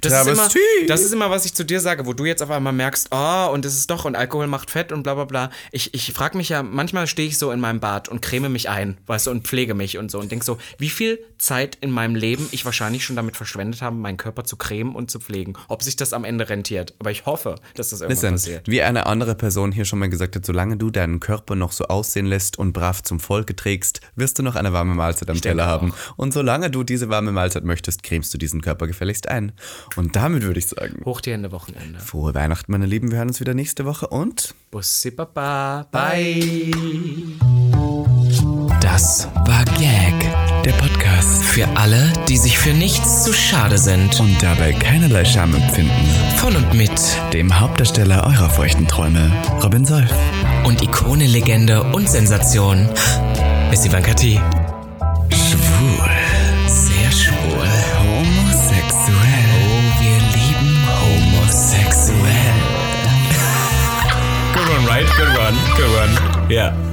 Speaker 1: Das ist, immer,
Speaker 2: Travestie.
Speaker 1: das ist immer, was ich zu dir sage, wo du jetzt auf einmal merkst, oh, und es ist doch, und Alkohol macht fett und bla bla bla. Ich, ich frage mich ja, manchmal stehe ich so in meinem Bad und creme mich ein, weißt du, und pflege mich und so und denk so, wie viel Zeit in meinem Leben ich wahrscheinlich schon damit verschwendet habe, meinen Körper zu cremen und zu pflegen. Ob sich das am Ende rentiert. Aber ich hoffe, dass das irgendwann
Speaker 2: Listen,
Speaker 1: passiert.
Speaker 2: wie eine andere Person hier schon mal gesagt hat, solange du deinen Körper noch so aussehen lässt und brav zum Volke trägst, wirst du noch eine warme Mahlzeit am
Speaker 1: denke
Speaker 2: Teller haben. Und solange du diese warme Mahlzeit möchtest, cremst du diesen Körper gefälligst ein. Und damit würde ich sagen,
Speaker 1: Hoch die Hände Wochenende.
Speaker 2: frohe Weihnachten, meine Lieben. Wir hören uns wieder nächste Woche und
Speaker 1: Bussi Baba. Bye.
Speaker 3: Das war Gag, der Podcast. Für alle, die sich für nichts zu schade sind.
Speaker 2: und dabei keinerlei Scham empfinden.
Speaker 3: Von und mit
Speaker 2: Dem Hauptdarsteller eurer feuchten Träume, Robin Solf.
Speaker 3: und Ikone, Legende und Sensation. Miss Ivanka T. Schwul. Sehr schwul. Homosexuell. Oh, wir lieben homosexuell. good one, right? Good one. Good one. Yeah.